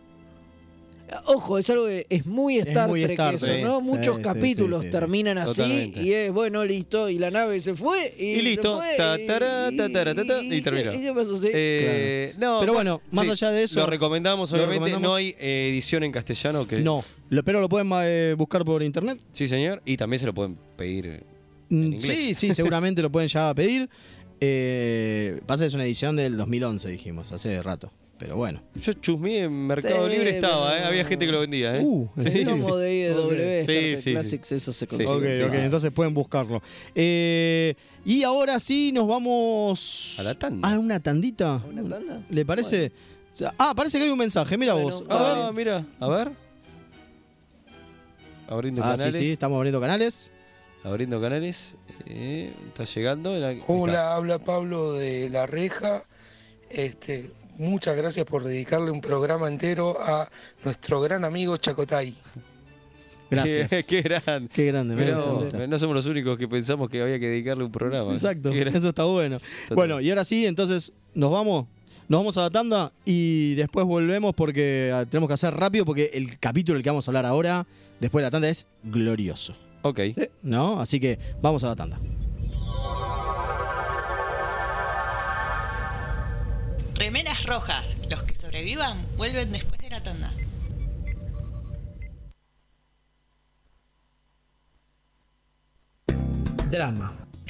C: Ojo, es algo que es muy Star
B: muy
C: Trek
B: Star
C: eso,
D: Trek.
C: ¿no?
B: Sí,
C: Muchos
B: sí,
C: capítulos
B: sí, sí, sí.
C: terminan así
D: Totalmente.
C: y es, bueno, listo, y la nave se fue y,
D: Y
C: se
D: listo.
C: fue,
D: Ta,
C: y-
D: tará, ta, tará, ta, ta, y
C: ¿qué-
D: terminó.
C: ¿Y qué pasó? Sí.
D: Eh, no,
B: Pero
D: pa-
B: bueno, más allá de eso,
D: Lo recomendamos,
B: lo
D: obviamente.
B: recomendamos.
D: No hay eh, edición en castellano. que
B: No, lo- pero lo pueden eh, buscar por internet.
D: Sí, señor. Y también se lo pueden pedir. eh,
B: Mm,
D: inglés.
B: Sí, sí, seguramente lo pueden ya pedir. Eh, pasa que es una edición del 2011, dijimos, hace rato. Pero bueno.
D: Yo chusmeé en Mercado
C: Sí,
D: Libre estaba,
C: pero-
D: ¿eh? Había gente que lo vendía, ¿eh?
B: Uh, ¿en
D: sí,
B: serio?
D: sí.
C: Tomo de IDW,
D: Sí,
C: Star Trek
D: sí, sí.
C: Classics, eso se
D: Sí,
C: consigue.
B: ok,
D: sí,
B: ok,
D: sí.
B: entonces pueden buscarlo. Eh, y ahora sí nos vamos.
D: A la tanda.
B: ¿A una tandita?
C: ¿Una tanda?
B: ¿Le parece? O sea, Ah, parece que hay un mensaje, mira
C: Bueno,
B: vos. A ver.
D: Ah, mira, a ver. Abriendo
B: Ah, sí,
D: canales.
B: sí, estamos abriendo canales.
D: Abriendo canales. Eh, está llegando. la- ahí está.
F: Hola, habla Pablo de La Reja. Este, muchas gracias por dedicarle un programa entero a nuestro gran amigo Chacotay.
B: Gracias.
D: *laughs* *laughs* Qué, qué gran.
B: Qué grande, me
D: Mirá
B: gusta, me
D: vos,
B: gusta.
D: no somos los únicos que pensamos que había que dedicarle un programa.
B: Exacto,
D: Qué gran-
B: eso está bueno. Bueno, y ahora sí, entonces nos vamos. Nos vamos a la tanda y después volvemos porque ah, tenemos que hacer rápido porque el capítulo del que vamos a hablar ahora, después de la tanda, es glorioso.
D: Ok.
B: ¿No? Así que vamos a la tanda.
G: Remeras rojas. Los que sobrevivan vuelven después de la tanda.
H: Drama.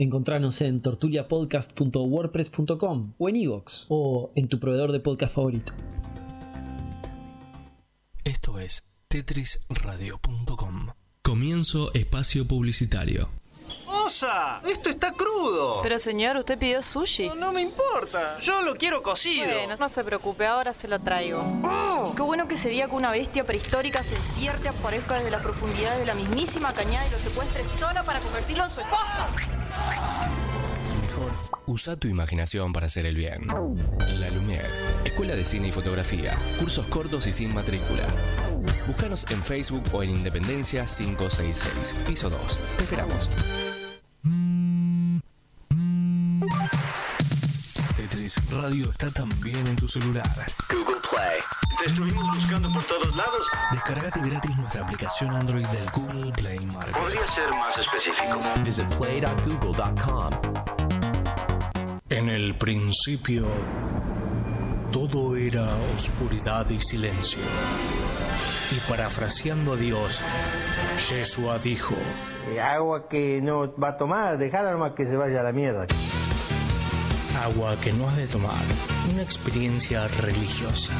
H: Encontranos en tortuliapodcast.wordpress.com o en iVoox o en tu proveedor de podcast favorito.
I: Esto es tetrisradio.com. Comienzo espacio publicitario.
J: ¡Osa! ¡Esto está crudo!
K: Pero señor, usted pidió sushi.
J: No, no me importa. Yo lo quiero cocido. Oh.
K: Bueno, no se preocupe, ahora se lo traigo. Qué bueno que sería que una bestia prehistórica se despierte, aparezca desde las profundidades de la mismísima cañada y lo secuestre solo para convertirlo en su esposo.
I: Usa tu imaginación para hacer el bien. La Lumière, Escuela de Cine y Fotografía, cursos cortos y sin matrícula. Búscanos en Facebook o en Independencia 566, piso 2. Te esperamos. Tetris Radio está también en tu celular. Google Play. Te estuvimos buscando por todos lados. Descargate gratis nuestra aplicación Android del Google Play Market. Podría ser más específico. Visit play.google.com. En el principio, todo era oscuridad y silencio. Y parafraseando a Dios, Yeshua dijo,
F: Agua que no va a tomar, dejar más que se vaya a la mierda.
I: agua que no has de tomar, una experiencia religiosa.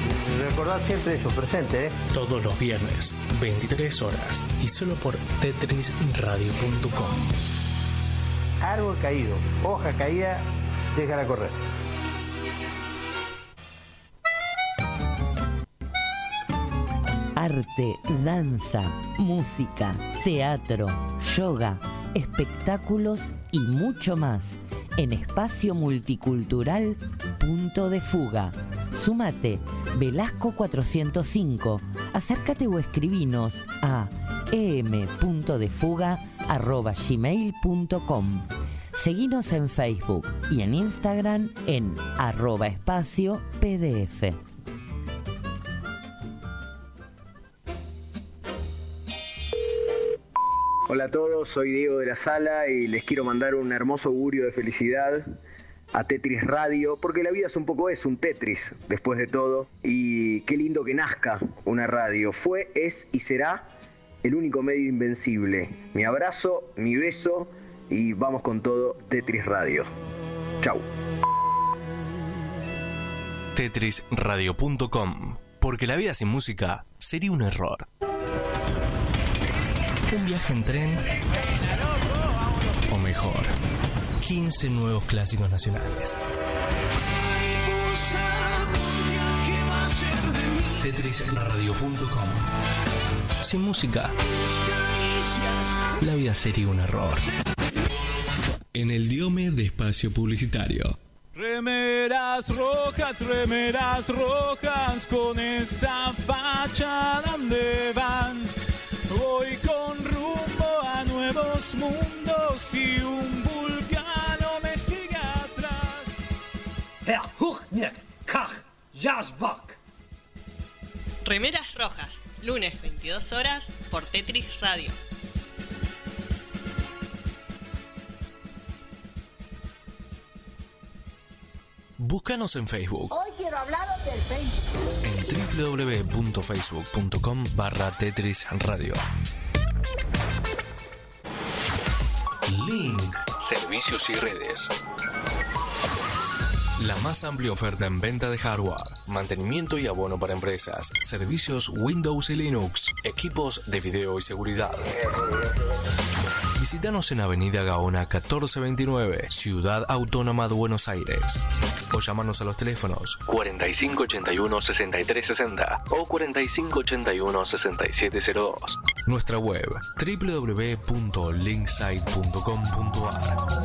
F: Recordad siempre eso, presente, ¿eh?
I: Todos los viernes, 23 horas, y solo por tetrisradio.com.
F: Árbol caído, hoja caída, déjala correr.
K: Arte, danza, música, teatro, yoga, espectáculos y mucho más en espacio multicultural Punto de Fuga. Sumate, Velasco 405. Acércate o escribinos a em.defuga.gmail.com. Seguinos en Facebook y en Instagram en arroba espacio pdf.
J: Hola a todos, soy Diego de la Sala y les quiero mandar un hermoso augurio de felicidad a Tetris Radio, porque la vida es un poco eso, un Tetris, después de todo. Y qué lindo que nazca una radio. Fue, es y será el único medio invencible. Mi abrazo, mi beso y vamos con todo Tetris Radio. Chau.
L: Tetrisradio.com. Porque la vida sin música sería un error. Un viaje en tren. O mejor, 15 nuevos clásicos nacionales. Tetrisradio.com. Sin música, la vida sería un error. En el diome de espacio publicitario.
A: Remeras rojas, remeras rojas, con esa facha donde van. Voy con rumbo a nuevos mundos y un vulcano me sigue atrás.
M: Herr Huchnick, Kach, Jasbach.
E: Remeras Rojas, lunes 22 horas por Tetris Radio.
L: Búscanos en Facebook.
N: Hoy quiero hablaros del Facebook.
L: www.facebook.com barra Tetris Radio. Link. Servicios y redes. La más amplia oferta en venta de hardware, mantenimiento y abono para empresas, servicios Windows y Linux, equipos de video y seguridad. Visítanos en Avenida Gaona 1429, Ciudad Autónoma de Buenos Aires. O llámanos a los teléfonos
O: 4581-6360 o 4581-6702.
L: Nuestra web www.linksite.com.ar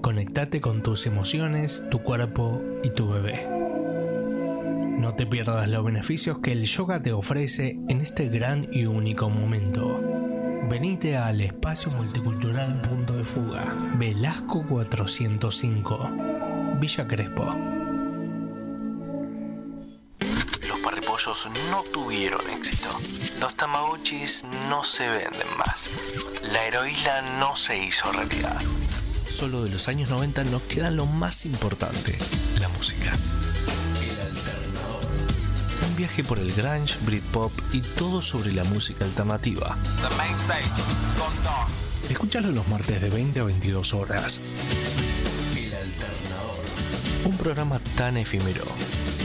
P: Conectate con tus emociones, tu cuerpo y tu bebé. No te pierdas los beneficios que el yoga te ofrece en este gran y único momento. Venite al espacio multicultural Punto de Fuga, Velasco 405, Villa Crespo.
L: Los parripollos no tuvieron éxito. Los tamagotchis no se venden más. La heroína no se hizo realidad.
P: Solo de los años 90 nos queda lo más importante, la música. Un viaje por el grunge, Britpop y todo sobre la música alternativa.
Q: The main stage is gone dark.
P: Escúchalo los martes de 20 a 22 horas.
L: El alternador.
P: Un programa tan efímero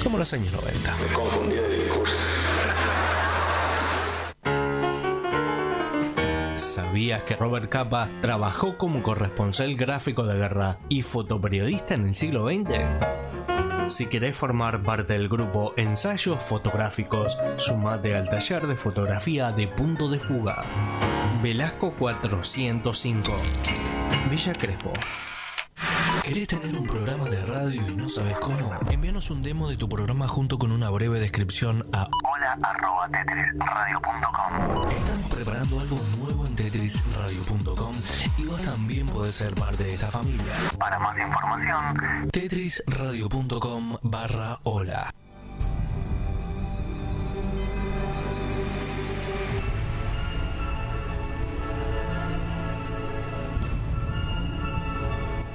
P: como los años 90.
L: Me confundí de discurso.
P: ¿Sabías que Robert Capa trabajó como corresponsal gráfico de guerra y fotoperiodista en el siglo XX? Si querés formar parte del grupo Ensayos Fotográficos, sumate al taller de fotografía de Punto de Fuga. Velasco 405. Villa Crespo.
L: ¿Querés tener un programa de radio y no sabes cómo? Envíanos un demo de tu programa junto con una breve descripción a hola.tetrisradio.com. Estamos preparando algo nuevo en tetrisradio.com y vos también podés ser parte de esta familia. Para más información, tetrisradio.com barra hola.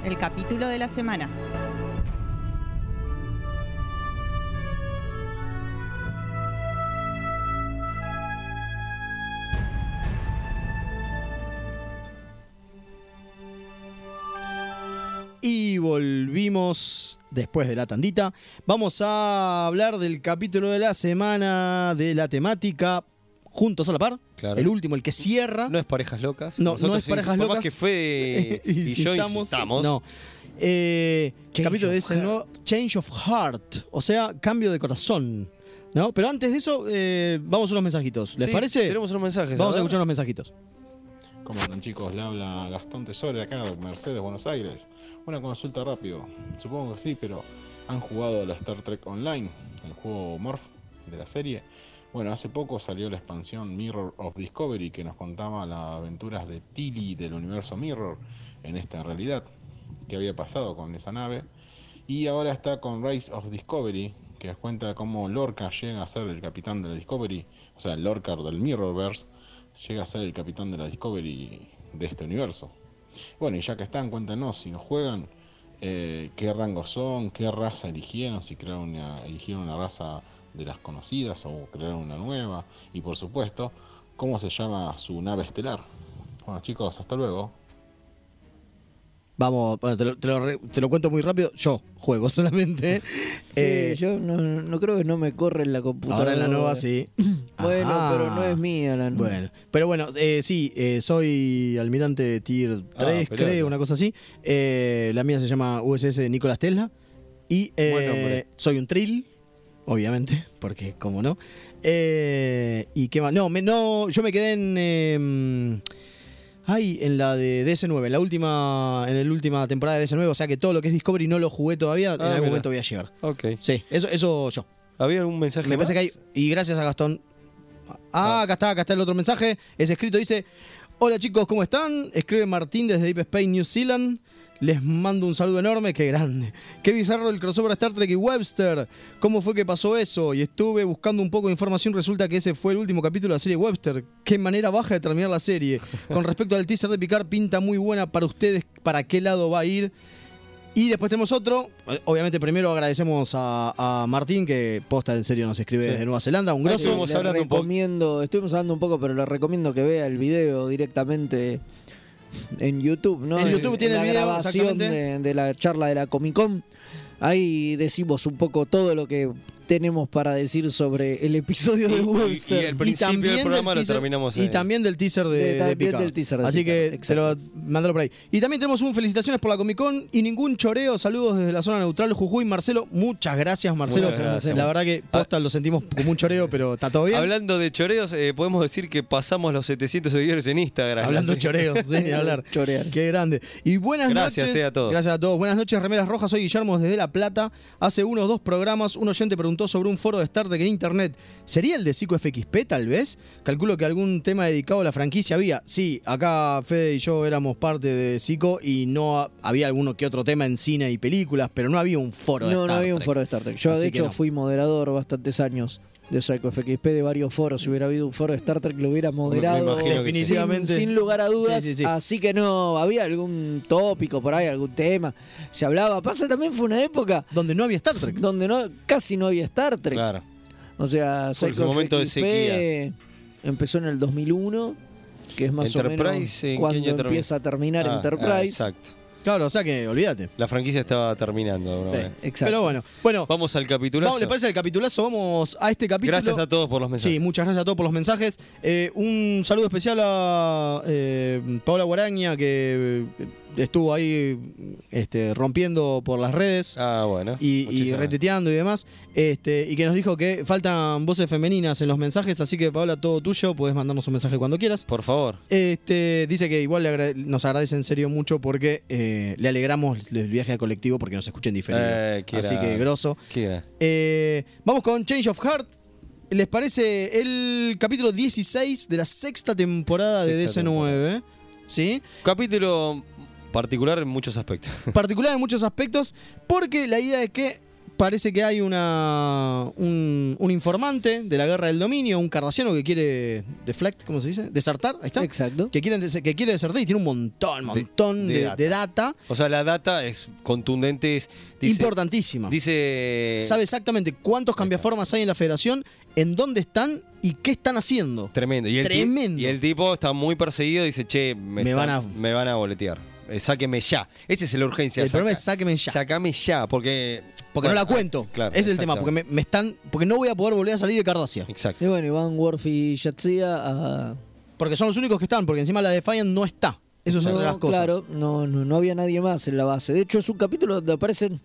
R: El capítulo de la semana.
B: Y volvimos después de la tandita. Vamos a hablar del capítulo de la semana, de la temática Juntos a la Par.
D: Claro.
B: El último, el que cierra.
D: No es parejas locas.
B: No,
D: Nosotros
B: no es parejas
D: por más
B: locas. *laughs*
D: que Fede y, yo
B: Insistamos,
D: insistamos.
B: No. Eh,
D: Change
B: capítulo
D: of
B: de ese
D: heart.
B: nuevo Change of Heart, o sea, cambio de corazón. ¿No? Pero antes de eso, eh, vamos a unos mensajitos. ¿Les
D: Sí,
B: parece?
D: tenemos unos mensajes,
B: Vamos
D: a
B: a,
D: ver.
B: escuchar unos mensajitos.
S: ¿Cómo andan chicos? Le habla Gastón Tesoro de acá, de Mercedes, Buenos Aires. Una consulta rápido. Supongo que sí, pero ¿han jugado a la Star Trek Online? El juego Morph de la serie. Bueno, hace poco salió la expansión Mirror of Discovery que nos contaba las aventuras de Tilly del universo Mirror en esta realidad. ¿Qué había pasado con esa nave? Y ahora está con Rise of Discovery, que nos cuenta cómo Lorca llega a ser el capitán de la Discovery, o sea, el Lorca del Mirrorverse llega a ser el capitán de la Discovery de este universo. Bueno, y ya que están, cuéntanos si nos juegan, eh, qué rango son, qué raza eligieron, si crearon una, eligieron una raza de las conocidas o crearon una nueva, y por supuesto, cómo se llama su nave estelar. Bueno chicos, hasta luego.
B: Vamos, bueno, te lo, te lo re- te lo cuento muy rápido. Yo juego *laughs* solamente.
C: Sí,
B: Eh,
C: yo no, no creo que no me corre en la computadora.
B: ahora en la nueva sí.
C: eh. *clears throat* Bueno,
B: Ajá.
C: pero no es mía la nueva.
B: Bueno, pero bueno, eh, sí, eh, soy almirante tier 3,
C: Ah, pelota.
B: creo, una cosa así. Eh, la mía se llama USS Nicolás Tesla. Y eh,
C: Buen nombre.
B: soy un trill, obviamente, *laughs* porque cómo no. Eh, y qué más, no, me- no, yo me quedé en... eh, ay, en la de DS9, en la última, en la última temporada de DS9, o sea que todo lo que es Discovery no lo jugué todavía, en
D: Ah,
B: algún
D: mira.
B: momento voy a llegar.
D: Ok.
B: Sí, eso, eso yo.
D: ¿Había algún mensaje
B: Me parece
D: más?
B: que hay. Y gracias a Gastón. Ah, acá está, acá está el otro mensaje. Es escrito, dice. Hola chicos, ¿cómo están? Escribe Martín desde Deep Space New Zealand. Les mando un saludo enorme, qué grande. *laughs* Qué bizarro el crossover Star Trek y Webster. ¿Cómo fue que pasó eso? Y estuve buscando un poco de información, resulta que ese fue el último capítulo de la serie Webster. Qué manera baja de terminar la
D: *laughs*
B: serie. Con respecto al teaser de Picard, pinta muy buena para ustedes, para qué lado va a ir. Y después tenemos otro. Eh, Obviamente, primero agradecemos a, a Martín, que posta en serio nos escribe
C: Sí.
B: desde Nueva Zelanda. Un grosso.
C: Le recomiendo, Estuvimos hablando un poco, pero le recomiendo que vea el video directamente en YouTube, ¿no?
B: En YouTube tiene
C: la
B: el video,
C: grabación
B: exactamente.
C: de, de la charla de la Comic Con. Ahí decimos un poco todo lo que tenemos para decir sobre el episodio de Webster.
D: y el principio del
B: también
D: programa lo
B: teaser-
D: terminamos
B: Y
D: ahí.
B: también del teaser de,
C: De-
B: de
C: también
B: Picard.
C: del teaser de
B: Así que
C: Picard,
B: se lo mandalo por ahí. Y también tenemos un felicitaciones por la Comic Con y ningún choreo. Saludos desde la zona neutral, Jujuy. Marcelo, muchas gracias, Marcelo.
D: Muchas gracias.
B: La verdad que posta lo sentimos como un choreo, pero está todo bien.
D: Hablando de choreos, eh, podemos decir que pasamos los 700 seguidores en
B: *laughs*
D: Instagram.
B: Hablando
D: Así.
B: choreos, sí, ni hablar. Qué grande. Y buenas
D: Gracias,
B: noches.
D: eh, a todos.
B: Gracias a todos. Buenas noches, Remeras Rojas. Soy Guillermo desde La Plata. Hace unos dos programas, un oyente preguntó sobre un foro de Star Trek en internet. ¿Sería el de Cico FXP, tal vez? Calculo que algún tema dedicado a la franquicia había. Sí, acá Fede y yo éramos parte de Cico y no ha- había alguno que otro tema en cine y películas, pero no había un foro de
C: no,
B: Star
C: no había un
B: Trek.
C: foro de Star Trek. Yo,
B: Así
C: de
B: que
C: hecho,
B: no.
C: fui moderador bastantes años de Psycho FXP de varios foros. Si hubiera habido un foro de Star Trek, lo hubiera moderado.
B: imagino que sí.
C: sin-
B: Definitivamente.
C: Sin, lugar a dudas.
B: Sí, sí, sí.
C: Así que no, había algún tópico por ahí, algún tema. Se hablaba. Pasa también fue una época.
B: Donde no había Star Trek.
C: Donde no, casi no había Star Trek.
D: Claro.
C: O sea,
D: Fue
C: Psycho
D: su momento de
C: FXP
D: sequía.
C: empezó en el 2001. Que es más o menos
D: Enterprise, ¿en qué
C: cuando
D: año terminó?
C: empieza a terminar
D: Ah, ah,
C: Enterprise.
D: exacto.
B: Claro, o sea que olvídate.
D: La franquicia estaba terminando. de alguna
B: Sí,
D: manera.
B: exacto. Pero bueno, bueno.
D: Vamos al capitulazo.
B: Vamos, ¿le parece el capitulazo? Vamos a este capítulo.
D: Gracias a todos por los mensajes.
B: Sí, muchas gracias a todos por los mensajes. Eh, un saludo especial a eh, Paola Guaraña, que eh, estuvo ahí este, rompiendo por las redes.
D: Ah, bueno.
B: Y, y
D: Muchísimas.
B: retuiteando y demás. Este, y que nos dijo que faltan voces femeninas en los mensajes. Así que, Paola, todo tuyo. Podés mandarnos un mensaje cuando quieras.
D: Por favor.
B: Este, dice que igual le agrade- nos agradece en serio mucho porque eh, le alegramos el viaje al colectivo porque nos escuchen diferido.
D: Eh, qué
B: Así que
D: grande.
B: grosso.
D: ¿Qué era?
B: Eh, vamos con Change of Heart. ¿Les parece el capítulo 16 de la sexta temporada de
D: Sexta
B: DC9? ¿Sí?
D: Capítulo particular en muchos aspectos. *laughs*
B: Particular en muchos aspectos, porque la idea es que parece que hay una un, un informante de la guerra del dominio, un cardaciano que quiere deflect, ¿cómo se dice? Desertar, ahí está.
C: Exacto.
B: Que, quieren des- que quiere desertar y tiene un montón, montón
D: de
B: de,
D: data.
B: de data.
D: O sea, la data es contundente, es dice-
B: importantísima.
D: Dice.
B: Sabe exactamente cuántos cambiaformas hay en la federación, en dónde están y qué están haciendo.
D: Tremendo. Y el, ti-
B: Tremendo.
D: y el tipo está muy perseguido y dice, che, me,
B: Me
D: están-
B: van a-
D: me van a boletear. Eh, Sáqueme ya. Esa es la urgencia.
B: El
D: saca-
B: problema es sáqueme ya.
D: Sácame ya, porque...
B: Porque
D: bueno,
B: no la cuento.
D: ah, claro,
B: Ese es el tema, porque me, me están. Porque no voy a poder volver a salir de Cardacia.
D: Exacto.
C: Y bueno, Iván Worf y Yatsia a.
B: Porque son los únicos que están, porque encima la Defiant no está. Eso es
C: No,
B: otra de las cosas.
C: Claro, no, no, no había nadie más en la base. De hecho, es un capítulo donde aparecen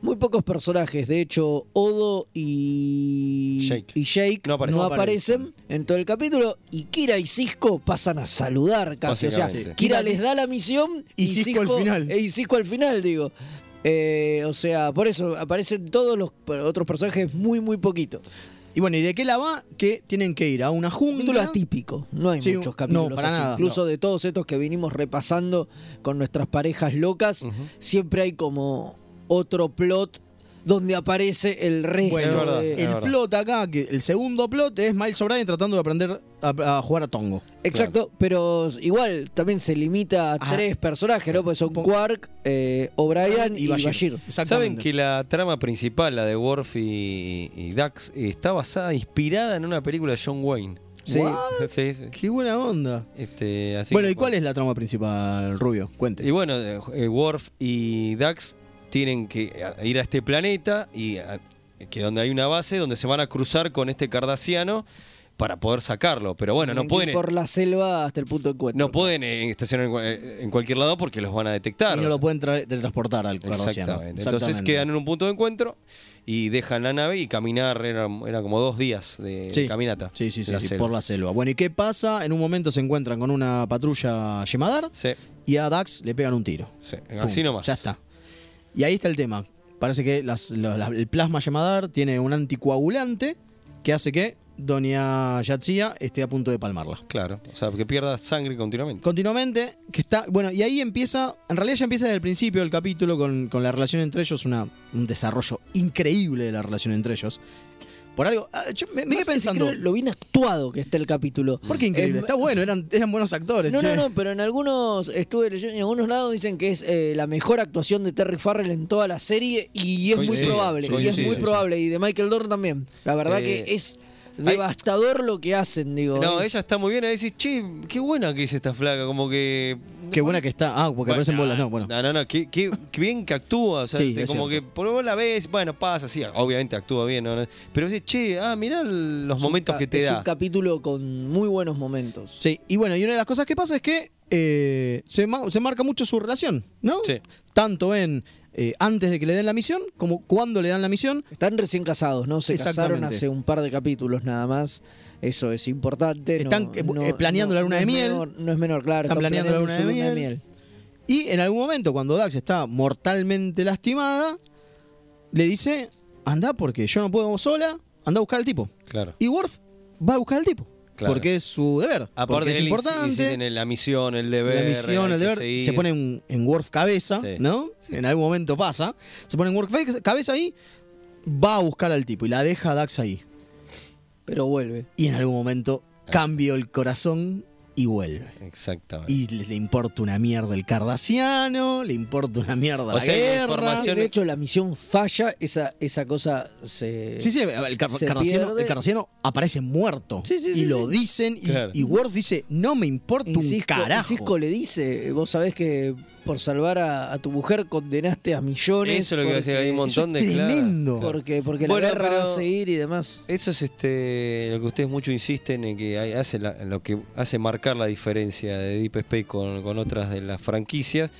C: muy pocos personajes. De hecho, Odo y
D: Jake.
C: y Jake no,
D: aparecen. No
C: aparecen en todo el capítulo. Y Kira y Cisco pasan a saludar casi. O sea,
D: Básicamente.
C: Kira les da la misión
B: Y Cisco al final.
C: eh, Y Cisco al final, digo. Eh, o sea, por eso aparecen todos los p- otros personajes muy, muy poquitos.
B: Y bueno, ¿y de qué la va? Que tienen que ir a una
C: Capítulo
B: jungla.
C: atípico, no hay
B: Sí,
C: muchos
B: no,
C: capítulos
B: para
C: así.
B: nada,
C: Incluso
B: no.
C: de todos estos que vinimos repasando con nuestras parejas locas, siempre hay como otro plot donde aparece el resto
B: Bueno,
C: de-
B: el plot acá, que el segundo plot es Miles O'Brien tratando de aprender a, a jugar a Tongo.
C: Exacto, pero igual también se limita a tres personajes, ¿no? Porque son Quark, eh, O'Brien y, Bashir.
D: Saben que la trama principal, la de Worf y, y Dax, eh, está basada, inspirada en una película de John Wayne.
B: Sí.
D: *laughs* Sí, sí.
B: Qué buena onda.
D: Este, así
B: bueno,
D: que-
B: ¿y cuál es la trama principal, Rubio? Cuente.
D: Y bueno, eh, eh, Worf y Dax tienen que a- ir a este planeta y a- que donde hay una base donde se van a cruzar con este cardassiano para poder sacarlo. Pero bueno, no
C: Tienen que ir
D: pueden,
C: Por la selva hasta el punto de encuentro.
D: no pueden eh, estacionar en, cua- en cualquier lado porque los van a detectar.
B: Y no lo pueden tra- teletransportar al Cardassiano.
D: Exactamente. Entonces quedan en un punto de encuentro y dejan la nave y caminar, era, era como dos días de
B: Sí.
D: eh, caminata.
B: Sí, sí, sí,
D: La
B: sí,
D: selva.
B: por la selva. Bueno, ¿y qué pasa? En un momento se encuentran con una patrulla Yemadar y a Dax le pegan un tiro.
D: Sí,
B: Pum,
D: así nomás.
B: Ya está. Y ahí está el tema. Parece que las- la- la- el plasma Yemadar tiene un anticoagulante que hace que Doña Yatsia esté a punto de palmarla.
D: Claro, o sea, que pierda sangre continuamente.
B: Continuamente, que está. Bueno, y ahí empieza. En realidad ya empieza desde el principio del capítulo con, con la relación entre ellos, una, un desarrollo increíble de la relación entre ellos. Por algo. ah, Yo me, me
C: Más
B: quedé
C: que si
B: pensando.
C: creo lo bien actuado que está el capítulo.
B: Porque increíble,
C: Eh,
B: está bueno, eran, eran buenos actores,
C: No,
B: che.
C: no, no, pero en algunos estuve leyendo, en algunos lados dicen que es eh, la mejor actuación de Terry Farrell en toda la serie y es
D: Coincido,
C: muy probable, y es
D: coincido,
C: muy
D: sí.
C: probable y de Michael Dorn también. La verdad
D: Eh,
C: que es
D: hay-
C: devastador lo que hacen, digo.
D: No,
C: es-
D: ella está muy bien. Ahí decís, che, qué buena que es esta flaca. Como que.
B: Qué buena que está. Ah, porque aparecen bolas, no, bueno.
D: No, no, no. Qué, qué- qué bien que actúa. O sea,
B: Sí,
D: te-
B: es
D: como
B: cierto.
D: que por vos la ves, bueno, pasa, sí, obviamente actúa bien. ¿no? Pero decís, che, ah, mirá el- los
C: es un
D: momentos
C: ca-
D: que te
C: es un
D: da.
C: capítulo con muy buenos momentos.
B: Sí, y bueno, y una de las cosas que pasa es que eh, se, ma- se marca mucho su relación, ¿no? Tanto en eh, antes de que le den la misión como cuando le dan la misión.
C: Están recién casados, ¿no? Se casaron
B: Exactamente.
C: hace un par de capítulos nada más. Eso es importante. no-
B: Están, eh,
C: no-
B: eh, planeando la luna
C: no
B: de
C: es
B: miel.
C: menor- no es menor, claro.
B: Están planeando la luna de
C: su
B: miel. Y en algún momento, cuando Dax está mortalmente lastimada, le dice: Anda, porque yo no puedo sola, anda a buscar al tipo.
D: Claro.
B: Y Worf va a buscar al tipo.
D: Claro.
B: Porque es su deber.
D: Aparte,
B: porque es
D: él insi- insiste
B: importante.
D: en el- la misión, el deber.
B: la misión,
D: hay
B: el
D: que
B: deber,
D: seguir.
B: se pone en, en Worf cabeza, ¿no? En algún momento pasa. Se pone en Worf fe- cabeza ahí, va a buscar al tipo y la deja a Dax ahí.
C: Pero vuelve.
B: Y en algún momento
C: Ah.
B: cambio el corazón y vuelve.
D: Exactamente.
B: Y le, le importa una mierda el cardasiano, le importa una mierda la guerra.
C: Ah, De hecho, la misión falla, esa, esa cosa se.
B: Sí, sí, el, car-
C: se
B: cardassiano-
C: pierde.
B: el cardassiano aparece muerto.
C: Sí, sí,
B: y
C: sí,
B: lo
C: sí.
B: dicen y,
C: Claro.
B: y Worf dice, no me importa un
C: Cisco-
B: carajo.
C: Cisco le dice, vos sabés que por salvar a, a tu mujer condenaste a millones.
D: Eso es lo que iba a decir,
C: porque-
D: hay un montón
C: Eso es
D: de claras.
C: tremendo.
D: Claro.
C: Porque, porque
D: Bueno,
C: la guerra
D: pero-
C: va a seguir y demás.
D: Eso es este lo que ustedes mucho insisten en que hay- hace la- lo que hace marcar la diferencia de Deep Space con, con otras de las franquicias.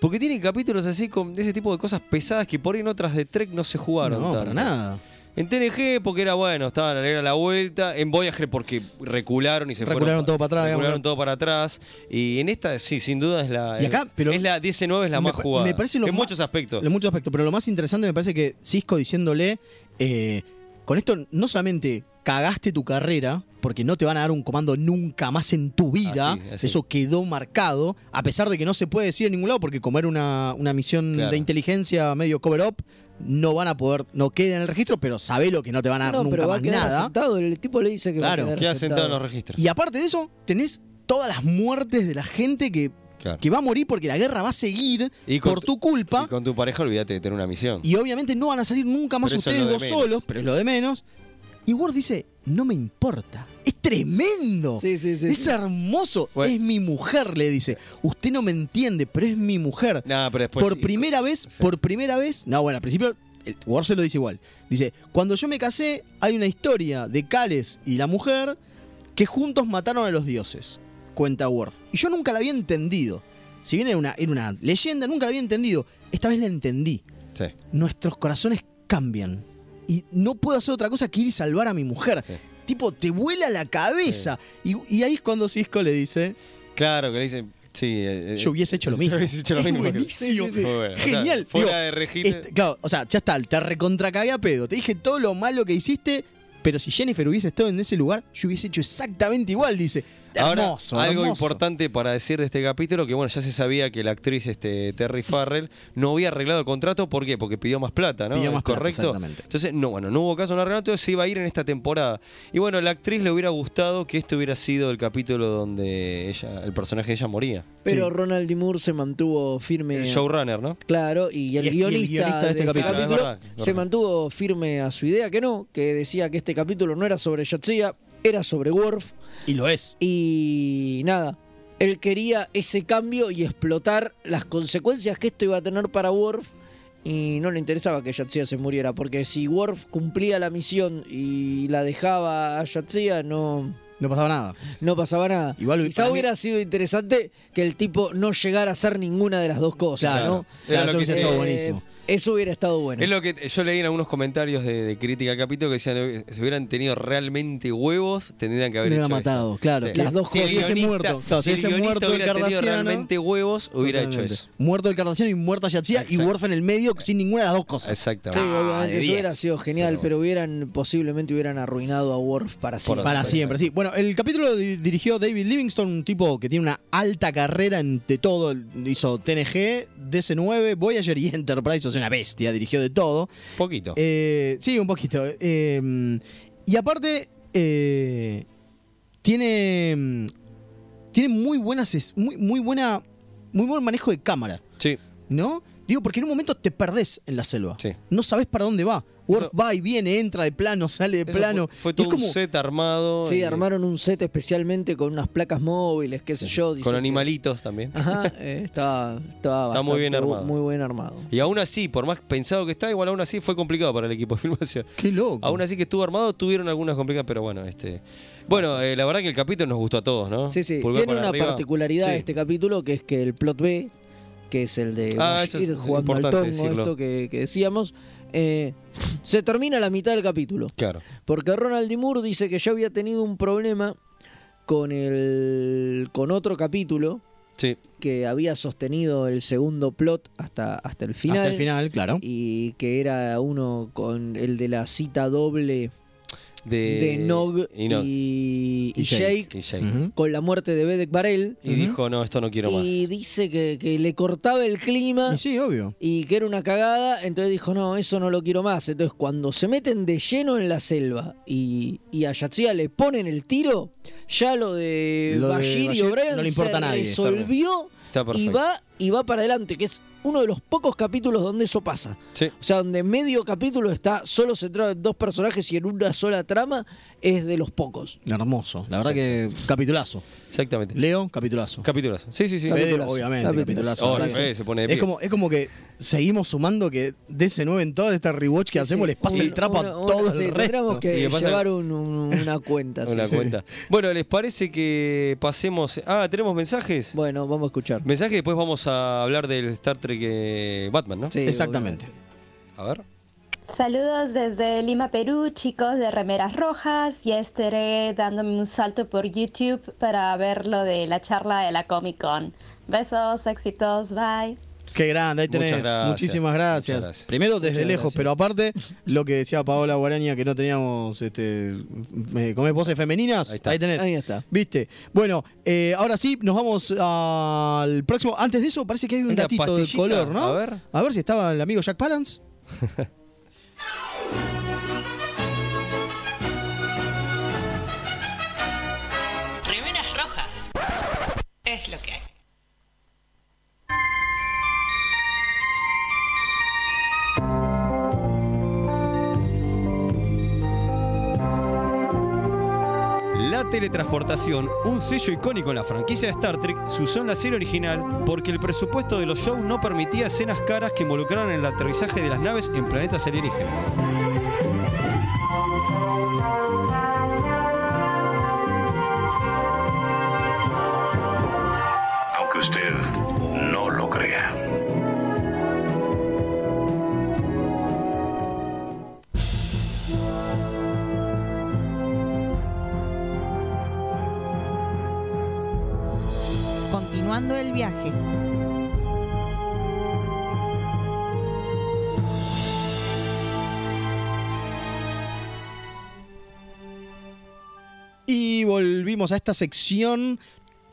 D: Porque tienen capítulos así con ese tipo de cosas pesadas que por ahí en otras de Trek no se jugaron.
B: No, para
D: tanto.
B: nada.
D: En TNG porque era bueno, estaba era la vuelta. En Voyager porque recularon y se
B: Recularon
D: fueron.
B: todo para atrás, digamos.
D: Recularon todo para atrás. Y en esta, sí, sin duda es la.
B: Y acá, pero-
D: es la 19 es la
B: me
D: más
B: pa-
D: jugada.
B: me parece lo
D: en
B: más-
D: muchos aspectos.
B: En muchos aspectos. Pero lo más interesante me parece que Cisco diciéndole, eh, con esto no solamente cagaste tu carrera, porque no te van a dar un comando nunca más en tu vida,
D: Así, así.
B: eso quedó marcado, a pesar de que no se puede decir en ningún lado, porque como era una, una misión
D: Claro.
B: de inteligencia medio cover-up, no van a poder, no queda en el registro, pero sabelo que no te van a
D: Ah,
B: dar
C: No,
B: nunca
C: pero va a
B: más
C: quedar
B: nada.
C: sentado. El tipo le dice que
B: Claro.
C: va a quedar
D: Queda sentado
C: sentado.
D: en los registros.
B: Y aparte de eso, tenés todas las muertes de la gente que,
D: Claro.
B: que va a morir porque la guerra va a seguir
D: Y con
B: por
D: tu-
B: tu culpa.
D: Y con tu pareja olvídate de tener una misión.
B: Y obviamente no van a salir nunca más
D: Pero eso es
B: ustedes
D: lo de
B: dos
D: menos.
B: solos, pero es lo de menos. Y Ward dice, no me importa. Es tremendo.
C: Sí, sí, sí,
B: es
C: sí.
B: hermoso.
D: Bueno.
B: Es mi mujer, le dice. Usted no me entiende, pero es mi mujer.
D: Nah, pero después
B: por
D: pues sí.
B: primera vez, por primera vez. No, bueno, al principio el- Ward se lo dice igual. Dice, cuando yo me casé, hay una historia de Cales y la mujer que juntos mataron a los dioses, cuenta Worf. Y yo nunca la había entendido. Si bien era una, era una leyenda, nunca la había entendido. Esta vez la entendí
D: Sí.
B: nuestros corazones cambian. Y no puedo hacer otra cosa que ir y salvar a mi mujer. Tipo, te vuela la cabeza. Y, y ahí es cuando Cisco le dice,
D: Claro, que le dicen. Sí, eh, eh,
B: yo hubiese hecho lo mismo.
D: Yo hubiese hecho lo
B: Es
D: mismo. que-
B: buenísimo.
D: Muy bueno. O sea,
B: Genial.
D: fuera
B: Digo,
D: de registro.
B: este- claro, o sea, ya está, te recontracagué a pedo. Te dije todo lo malo que hiciste, pero si Jennifer hubiese estado en ese lugar, yo hubiese hecho exactamente igual, dice.
D: eh, Ahora,
B: hermoso,
D: algo
B: hermoso.
D: importante para decir de este capítulo, que bueno, ya se sabía que la actriz este, Terry Farrell no había arreglado el contrato, ¿por qué? Porque pidió más plata, ¿no?
B: Pidió
D: ¿Es
B: más plata,
D: ¿Correcto?
B: exactamente.
D: Entonces, no, bueno, no hubo caso, no arregló, entonces se iba a ir en esta temporada. Y bueno, la actriz le hubiera gustado que este hubiera sido el capítulo donde ella, el personaje de ella moría.
C: Pero Ronald D. Moore se mantuvo firme.
D: El showrunner, ¿no?
C: Claro, y
B: Y-
C: el,
B: y el
C: guionista,
B: guionista de
C: de
B: este
C: este
B: capítulo.
C: capítulo,
D: Claro, es verdad, es
C: se
D: verdad.
C: mantuvo firme a su idea que no, que decía que este capítulo no era sobre Yatsia, era sobre Worf.
B: Y lo es.
C: Y nada, él quería ese cambio y explotar las consecuencias que esto iba a tener para Worf. Y no le interesaba que Yatsia se muriera, porque si Worf cumplía la misión y la dejaba a Yatsia, no,
B: No pasaba nada.
C: no pasaba nada.
B: Igual,
C: Quizá
B: para mí-
C: hubiera sido interesante que el tipo no llegara a ser ninguna de las dos cosas,
D: Claro.
C: ¿no?
D: Era lo
C: eso
D: que
C: hubiera
D: se-
C: estado buenísimo. Eso hubiera estado bueno.
D: Es lo que yo leí en algunos comentarios de, de crítica al capítulo que decían, eh, si hubieran tenido realmente huevos, tendrían que haber
B: Me
D: hecho
B: hubiera matado,
D: eso.
B: claro,
D: Sí.
B: que las dos
D: Si
B: cosas.
D: el
B: Si hubiese
D: guionista-
B: muerto, claro, si
D: si el
B: hubiese
D: guionista
B: muerto el
D: hubiera tenido
B: Cardassiano-
D: realmente huevos, hubiera hecho eso.
B: Muerto el Cardassiano y muerta Yatsia y
D: Exacto.
B: Worf en el medio sin ninguna de las dos cosas.
D: Exactamente.
C: Sí, obviamente,
B: de
C: eso
B: 10.
C: hubiera sido genial, pero, hubieran posiblemente hubieran arruinado a Worf para siempre.
B: Para siempre, sí. Bueno, el capítulo lo di- dirigió David Livingston, un tipo que tiene una alta carrera en de todo. Hizo TNG, DC9, Voyager y Enterprise. O sea, una bestia, dirigió de todo.
D: Poquito.
B: Eh, sí, un poquito. Eh, y aparte, eh, tiene, tiene muy buenas. es- Muy, muy buena. Muy buen manejo de cámara.
D: Sí.
B: ¿No? Digo, porque en un momento te perdés en la selva.
D: Sí.
B: No sabes para dónde va. Worf va y viene, entra de plano, sale de
D: Eso
B: plano.
D: Fue, fue
B: Y es
D: todo
B: como-
D: un set armado.
C: Sí,
D: eh,
C: armaron un set especialmente con unas placas móviles, qué sé yo.
D: Con
C: dicen
D: animalitos también.
C: que- Ajá, eh, está, está,
D: Está muy
C: bastante
D: bien
C: bu-
D: armado.
C: Muy bien armado.
D: Y aún así, por más pensado que está, igual aún así fue complicado para el equipo de filmación.
B: Qué loco.
D: Aún así que estuvo armado, tuvieron algunas complicadas, pero bueno, este. Bueno, eh, la verdad que el capítulo nos gustó a todos, ¿no?
C: Sí, sí.
D: Pulgar
C: Tiene
D: para
C: una
D: arriba.
C: particularidad
D: Sí.
C: este capítulo que es que el plot B, que es el de
D: Ah,
C: Bashir
D: eso es
C: jugando al
D: importante
C: tongo,
D: decirlo.
C: esto que, que decíamos, eh, se termina a la mitad del capítulo.
D: Claro.
C: Porque Ronald D. Moore dice que ya había tenido un problema con el con otro capítulo
D: Sí.
C: que había sostenido el segundo plot hasta, hasta el final.
B: Hasta el final, claro.
C: Y que era uno con el de la cita doble
D: De,
C: de Nog y,
D: Eh, Nog.
C: y Jake,
D: Y Jake.
C: con la muerte de Bedek Barel.
D: Y dijo, no, esto no quiero más.
C: Y dice que, que le cortaba el clima
B: Y sí, obvio.
C: y que era una cagada, entonces dijo, no, eso no lo quiero más. Entonces cuando se meten de lleno en la selva y, y a Yatsia le ponen el tiro, ya lo de
B: Lo de
C: Bashir y
B: Bashir
C: O'Brien
B: no le importa
C: se
B: a nadie, está bien.
C: resolvió
D: Está
C: y
D: perfecto.
C: va, y va para adelante, que es uno de los pocos capítulos donde eso pasa.
D: Sí.
C: O sea, donde medio capítulo está solo centrado en dos personajes y en una sola trama, es de los pocos.
B: Hermoso. La verdad que capitulazo.
D: Exactamente.
B: Leo, capitulazo.
D: Capitulazo. Sí, sí, sí.
B: Fede,
D: Capitulazo.
B: obviamente,
D: Capitulazo.
B: capitulazo.
D: Ahora,
B: Sí, sí.
D: Fede se pone
B: es
D: de pie.
B: como, es como que seguimos sumando que DC9 en toda esta rewatch que hacemos les pasa el trapo a todo el
C: sí,
B: resto.
C: Tendríamos que
D: Y pasa-
C: llevar un- un- una cuenta.
D: *laughs*
C: sí,
D: Una
C: sí.
D: cuenta. Bueno, ¿les parece que pasemos. Ah, ¿tenemos mensajes?
C: Bueno, vamos a escuchar.
D: Mensajes, después vamos a hablar del Star Trek eh, Batman, ¿no?
C: Sí, Exactamente.
D: A ver.
O: Saludos desde Lima, Perú, chicos de Remeras Rojas. Ya estaré dándome un salto por YouTube para ver lo de la charla de la Comic Con. Besos, éxitos, bye.
B: Qué grande, ahí
D: Muchas
B: tenés.
D: gracias.
B: Muchísimas gracias.
D: Muchas gracias.
B: Primero desde
D: Muchas
B: lejos,
D: gracias.
B: pero aparte, lo que decía Paola Guaraña, que no teníamos este, eh, ¿cómo es? voces femeninas.
D: Ahí
B: Ahí,
D: está.
B: tenés.
C: Ahí está.
B: ¿Viste? Bueno, eh, ahora sí, nos vamos al próximo. Antes de eso, parece que hay un
D: Hay una
B: datito de
D: pastillita,
B: color, ¿no?
D: a ver.
B: A ver si estaba el amigo Jack Palance.
E: Remeras rojas. Es lo que hay.
D: La teletransportación, un sello icónico en la franquicia de Star Trek, se usó en la serie original porque el presupuesto de los shows no permitía escenas caras que involucraran el aterrizaje de las naves en planetas alienígenas.
L: Aunque usted no lo crea.
R: Continuando el viaje.
B: Y volvimos a esta sección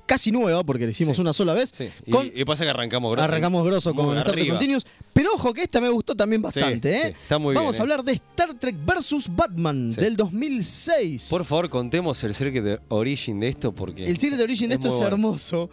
B: casi nueva, porque la hicimos una sola vez.
D: Y,
B: Con-
D: y pasa que arrancamos grosso.
B: Arrancamos grosso con
D: Muy
B: Star Trek
D: arriba.
B: Continuous. Pero ojo que esta me gustó también bastante,
D: sí,
B: ¿eh?
D: está muy
B: Vamos
D: bien,
B: a
D: ¿eh?
B: hablar de Star Trek versus Batman
D: Sí.
B: del 2006.
D: Por favor, contemos el Secret de Origin de esto porque.
B: el Secret Origin de esto
D: muy
B: es
D: bueno.
B: hermoso.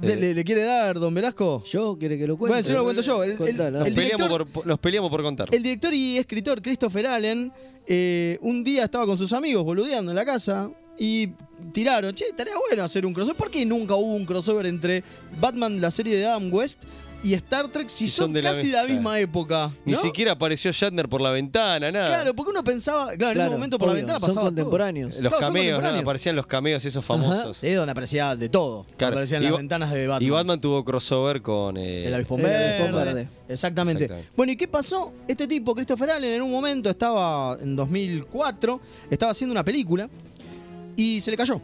B: De-
D: Eh.
B: le, le quiere dar, don Velasco?
C: Yo, ¿quiere que lo cuente?
B: Bueno, si no lo cuento yo. El, el-
C: Contalo.
B: el
D: Nos peleamos,
B: director,
D: por, nos peleamos por contar.
B: el director y escritor Christopher Allen eh, un día estaba con sus amigos boludeando en la casa y tiraron, che, estaría bueno hacer un crossover. ¿Por qué nunca hubo un crossover entre Batman, la serie de Adam West, y Star Trek si
D: son
B: son,
D: de la
B: casi de la
D: misma-
B: misma época?
D: Ni
B: ¿no?
D: siquiera apareció Shatner por la ventana, nada.
B: Claro, porque uno pensaba, claro, en ese
C: Claro,
B: momento por la
C: obvio,
B: ventana
C: son
B: pasaba todo.
C: contemporáneos.
D: Los
B: Claro, son
D: cameos, nada,
B: contemporáneos.
D: aparecían los cameos esos famosos.
B: Es donde aparecía de todo.
D: Claro.
B: Aparecían
D: Y
B: las
D: Ba-
B: ventanas de Batman.
D: Y Batman tuvo crossover con. eh,
B: El avispón
D: el
B: verde.
D: avispón verde.
B: Exactamente.
D: Exactamente.
B: Bueno, ¿y qué pasó? Este tipo, Christopher Allen, en un momento estaba, en 2004, estaba haciendo una película y se le cayó.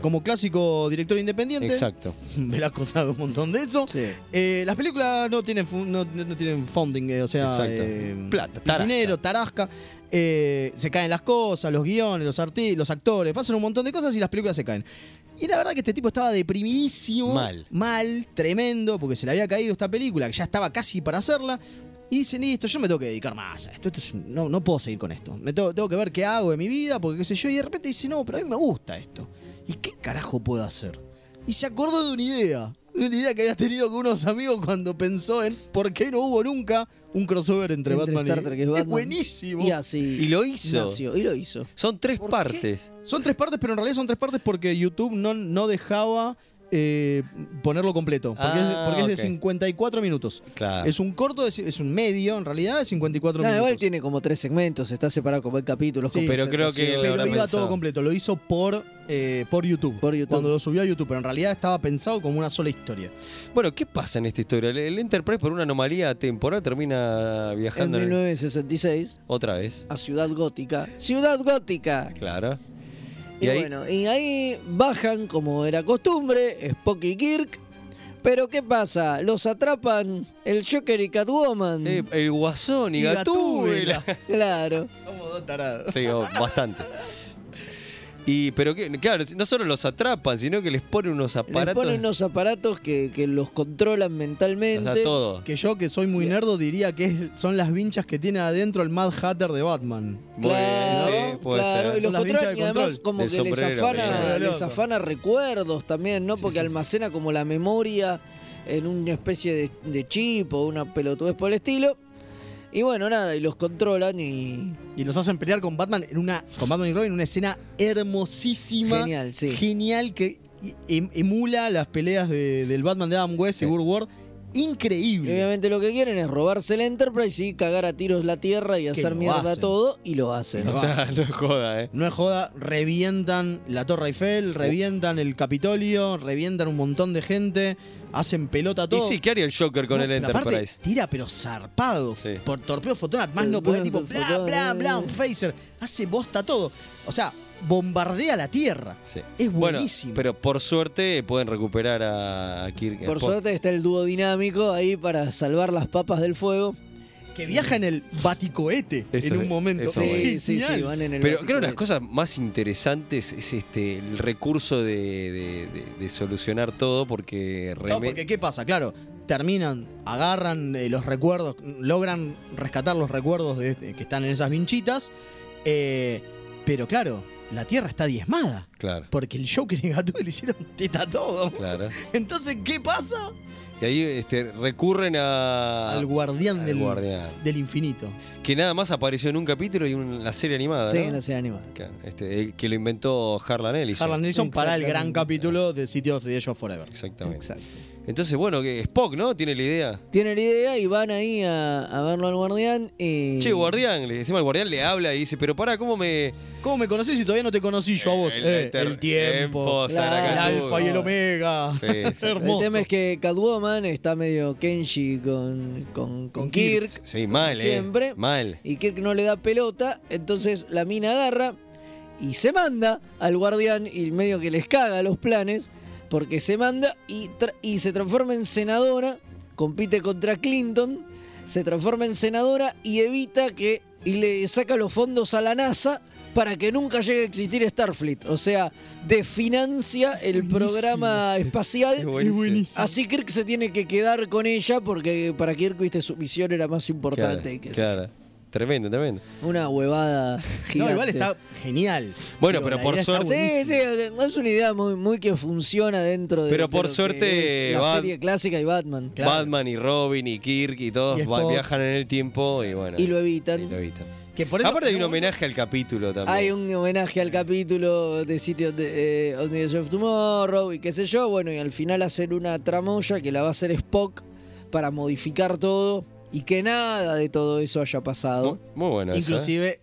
B: Como clásico director independiente. *laughs*
D: Exacto.
B: Velasco sabe un montón de eso. Eh, las películas no tienen, fu- no, no- no tienen funding, eh, o sea,
D: Exacto.
B: eh,
D: Plata, tarasca.
B: dinero, tarasca. Eh, se caen las cosas, los guiones, los, arti- los actores, pasan un montón de cosas y las películas se caen. Y la verdad que este tipo estaba deprimidísimo.
D: Mal.
B: Mal, tremendo, porque se le había caído esta película, que ya estaba casi para hacerla. Y dice, listo, yo me tengo que dedicar más a esto. esto es un- no, no puedo seguir con esto. Me tengo, tengo que ver qué hago de mi vida, porque qué sé yo. Y de repente dice, no, pero a mí me gusta esto. ¿Y qué carajo puedo hacer? Y se acordó de una idea. de Una idea que había tenido con unos amigos cuando pensó en por qué no hubo nunca un crossover entre,
C: Entre
B: Batman
C: Star
B: y
C: Trek y
B: Es
C: Batman.
B: buenísimo.
C: Y así.
D: Y lo hizo.
C: nació, y lo hizo.
D: Son tres partes.
B: Son tres partes, pero en realidad son tres partes porque YouTube no, no dejaba eh, ponerlo completo. Porque, es,
D: Ah,
B: porque es de
D: ok.
B: 54 minutos.
D: Claro.
B: Es un corto, de ci- es un medio en realidad de 54
C: Nada, Ah. igual
B: minutos.
C: tiene como tres segmentos, está separado como el capítulo.
B: Sí,
D: pero creo que lo
B: pero
D: habrá
B: iba
D: pensado.
B: todo completo, lo hizo por, eh, por, YouTube, Cuando lo subió a YouTube, pero en realidad estaba pensado como una sola historia.
D: Bueno, ¿qué pasa en esta historia? El, el Enterprise, por una anomalía temporal, termina
C: En
D: viajando en el-
C: 1966,
D: otra vez.
C: a Ciudad Gótica. ¡Ciudad Gótica!
D: Claro.
C: Y,
D: Y ahí-
C: bueno, y ahí bajan, como era costumbre, Spock y Kirk. Pero ¿qué pasa? Los atrapan el Joker y Catwoman.
D: Eh, el Guasón y, Gatúbela.
C: Y
D: *laughs*
C: Gatúbela. Claro.
B: Somos dos tarados.
D: Sí, o- bastante. Y, pero que, claro, no solo los atrapan, sino que les ponen unos
C: Les
D: aparatos.
C: ponen unos aparatos que, que los controlan mentalmente.
D: O sea, todo.
B: Que yo, que soy muy nerdo, diría que es- son las vinchas que tiene adentro el Mad Hatter de Batman.
C: Claro,
D: Bueno, sí, puede
C: claro,
D: ser.
C: y los
B: Son las vinchas
C: controlan
B: de
C: y además
B: control.
C: como
D: Del
C: que les
D: sombrero,
C: afana,
B: claro.
C: les
B: Loco.
C: afana recuerdos también, ¿no? Porque almacena como la memoria en una especie de, de chip o una pelotudez por el estilo. Y bueno, nada, y los controlan y...
B: Y los hacen pelear con Batman en una. Con Batman y Robin en una escena hermosísima.
C: Genial, sí.
B: Genial que em- emula las peleas de- del Batman de Adam West y Burt Ward.
C: y
B: Increíble.
D: Eh,
C: obviamente lo que quieren es robarse el Enterprise y cagar a tiros la Tierra y hacer
B: lo
C: mierda
B: hacen.
C: todo, y lo hacen.
D: O
C: *laughs*
D: sea, *laughs* no es joda, ¿eh?
B: No es joda, revientan la Torre
D: Uh.
B: Eiffel, revientan el Capitolio, revientan un montón de gente, hacen pelota
D: Y
B: todo.
D: sí, ¿qué haría el Joker con
B: No,
D: el
B: pero aparte,
D: Enterprise?
B: tira pero zarpado. Por torpedo fotonat, más
C: El
B: no puede, tipo,
C: bando
B: bla,
C: fotón,
B: bla,
C: eh.
B: bla, un phaser. Hace bosta todo. O sea, bombardea la Tierra.
D: Sí.
B: Es
D: Bueno,
B: buenísimo.
D: pero por suerte pueden recuperar a a Kirk.
C: Por
D: Spock.
C: suerte está el dúo dinámico ahí para salvar las papas del fuego.
B: que viaja en el Baticohete
D: Eso
B: en
D: es-
B: un momento.
D: eso
C: Sí, sí,
B: Genial.
C: sí, van en el
D: Pero
C: Vatican
D: creo que las
C: Gate.
D: cosas más interesantes es este el recurso de, de- de- de solucionar todo porque
B: No,
D: realmente
B: porque ¿qué pasa? Claro, terminan, agarran eh, los recuerdos, logran rescatar los recuerdos de este- que están en esas vinchitas. eh, pero claro, la Tierra está diezmada.
D: Claro,
B: Porque el Joker y Gatú le hicieron teta a todo.
D: claro.
B: Entonces, ¿qué pasa?
D: Y ahí este, recurren a...
B: Al guardián
D: Ah, al
B: del-
D: guardián.
B: Del infinito.
D: Que nada más apareció en un capítulo y en la serie animada.
C: Sí,
D: ¿no?
C: en la serie animada.
D: Que, este, el que lo inventó Harlan Ellison.
B: Harlan Ellison para el gran
C: Exactamente.
B: capítulo de City of the Age of Forever.
D: Exactamente.
C: Exacto.
D: Entonces, bueno, que Spock, ¿no? Tiene la idea.
C: Tienen la idea y van ahí a, a verlo al guardián. Y...
D: Che, guardián, le- encima el guardián le habla y dice, pero pará, ¿cómo me...?
B: ¿Cómo me conocés si todavía no te conocí yo a vos?
D: El-
B: Eh,
D: el ter-
B: el tiempo,
D: tiempo, Saracatú.
B: el alfa y el omega. *laughs*
D: Sí,
B: es
D: exacto.
C: El
B: hermoso.
C: tema es que Catwoman está medio Kenshi con, con, con Kirk.
D: Sí, mal, ¿eh?
C: Siempre.
D: Mal.
C: Y Kirk no le da pelota. Entonces la mina agarra y se manda al guardián y medio que les caga los planes. Porque se manda y, tra- y se transforma en senadora. Compite contra Clinton. Se transforma en senadora y evita que. Y le saca los fondos a la NASA para que nunca llegue a existir Starfleet. O sea, desfinancia el
B: Buenísimo.
C: programa espacial.
D: Es buenísimo. Es buenísimo.
C: Así Kirk se tiene que quedar con ella porque para Kirk, viste, su misión era más importante.
D: Claro,
C: que
D: claro. Tremendo, tremendo.
C: Una
B: *laughs*
C: huevada
B: No,
C: gigante.
B: igual está genial.
D: Bueno, pero
B: la
D: por
B: idea está
D: suerte-
C: Sí, sí,
B: buenísima.
C: es una idea muy, muy que funciona dentro de,
D: Pero
C: de
D: por
C: lo que
D: suerte,
C: es la
D: Bat-
C: serie clásica y Batman.
D: Batman y Robin y Kirk y todos
B: Y
D: va-
B: Spock.
D: viajan en el tiempo y bueno.
C: Y lo evitan.
D: y lo evitan.
B: Que por eso-
D: Aparte hay un homenaje al capítulo también.
C: Hay un homenaje al capítulo de City of the, eh, of the Edge of Tomorrow y qué sé yo. Bueno, y al final hacer una tramoya que la va a hacer Spock para modificar todo y que nada de todo eso haya pasado.
D: Muy bueno. eso, ¿eh?
B: Inclusive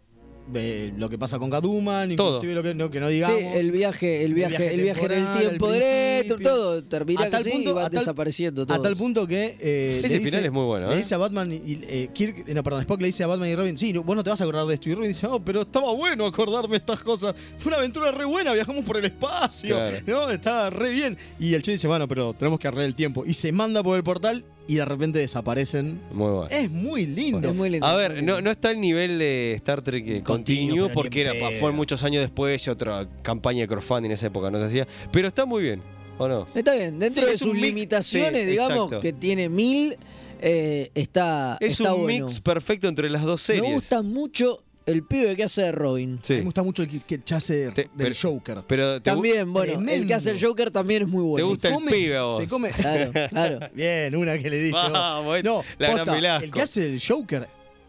B: eh, lo que pasa con Kaduman,
D: Todo.
B: inclusive lo que no, que no digamos.
C: Sí, el viaje, el viaje, el viaje en el
B: temporal,
C: tiempo
B: al
C: directo,
B: principio.
C: todo termina
B: A tal
C: así y
B: punto- a
C: va
B: tal-
C: desapareciendo todo.
B: A tal punto que. eh,
D: Ese
B: le dice-
D: final es muy bueno,
B: Le
D: ¿eh?
B: dice a Batman y. y, eh, Kirk, no, perdón, Spock le dice a Batman y Robin: Sí, no, vos no te vas a acordar de esto. Y Robin dice: No, pero estaba bueno acordarme estas cosas. Fue una aventura re buena, viajamos por el espacio.
D: Claro.
B: ¿No? Estaba re bien. Y el che dice: Bueno, pero tenemos que arreglar el tiempo. Y se manda por el portal y de repente desaparecen.
D: Muy bueno.
B: Es muy lindo.
D: A ver, no, no está el nivel de Star Trek eh,
B: Continuo,
D: continuo
B: pero
D: porque
B: ni
D: era,
B: en pedo.
D: fue muchos años después y otra campaña de crowdfunding en esa época no se hacía. Pero está muy bien, ¿o no?
C: Está bien, dentro
D: Sí,
C: de
D: es
C: sus
D: un mix-
C: limitaciones,
D: sí,
C: digamos,
D: exacto.
C: que tiene mil, eh, está,
D: Es
C: está
D: un
C: bueno.
D: mix perfecto entre las dos
C: Me
D: series.
C: gusta mucho el pibe que hace de Robin.
D: Sí.
B: Me gusta mucho el que, que hace
D: Te-
B: del
D: pero-
B: Joker.
D: Pero te, gu-
C: También, bueno, el que hace el Joker también es muy bueno.
D: te gusta el
B: come-
D: pibe a vos.
B: Se
D: *laughs*
B: come.
C: Claro, claro.
B: Bien, una que le diste. vos.
D: Vamos, eh,
B: No,
D: la gran
B: posta,
D: Velasco.
B: el que hace el Joker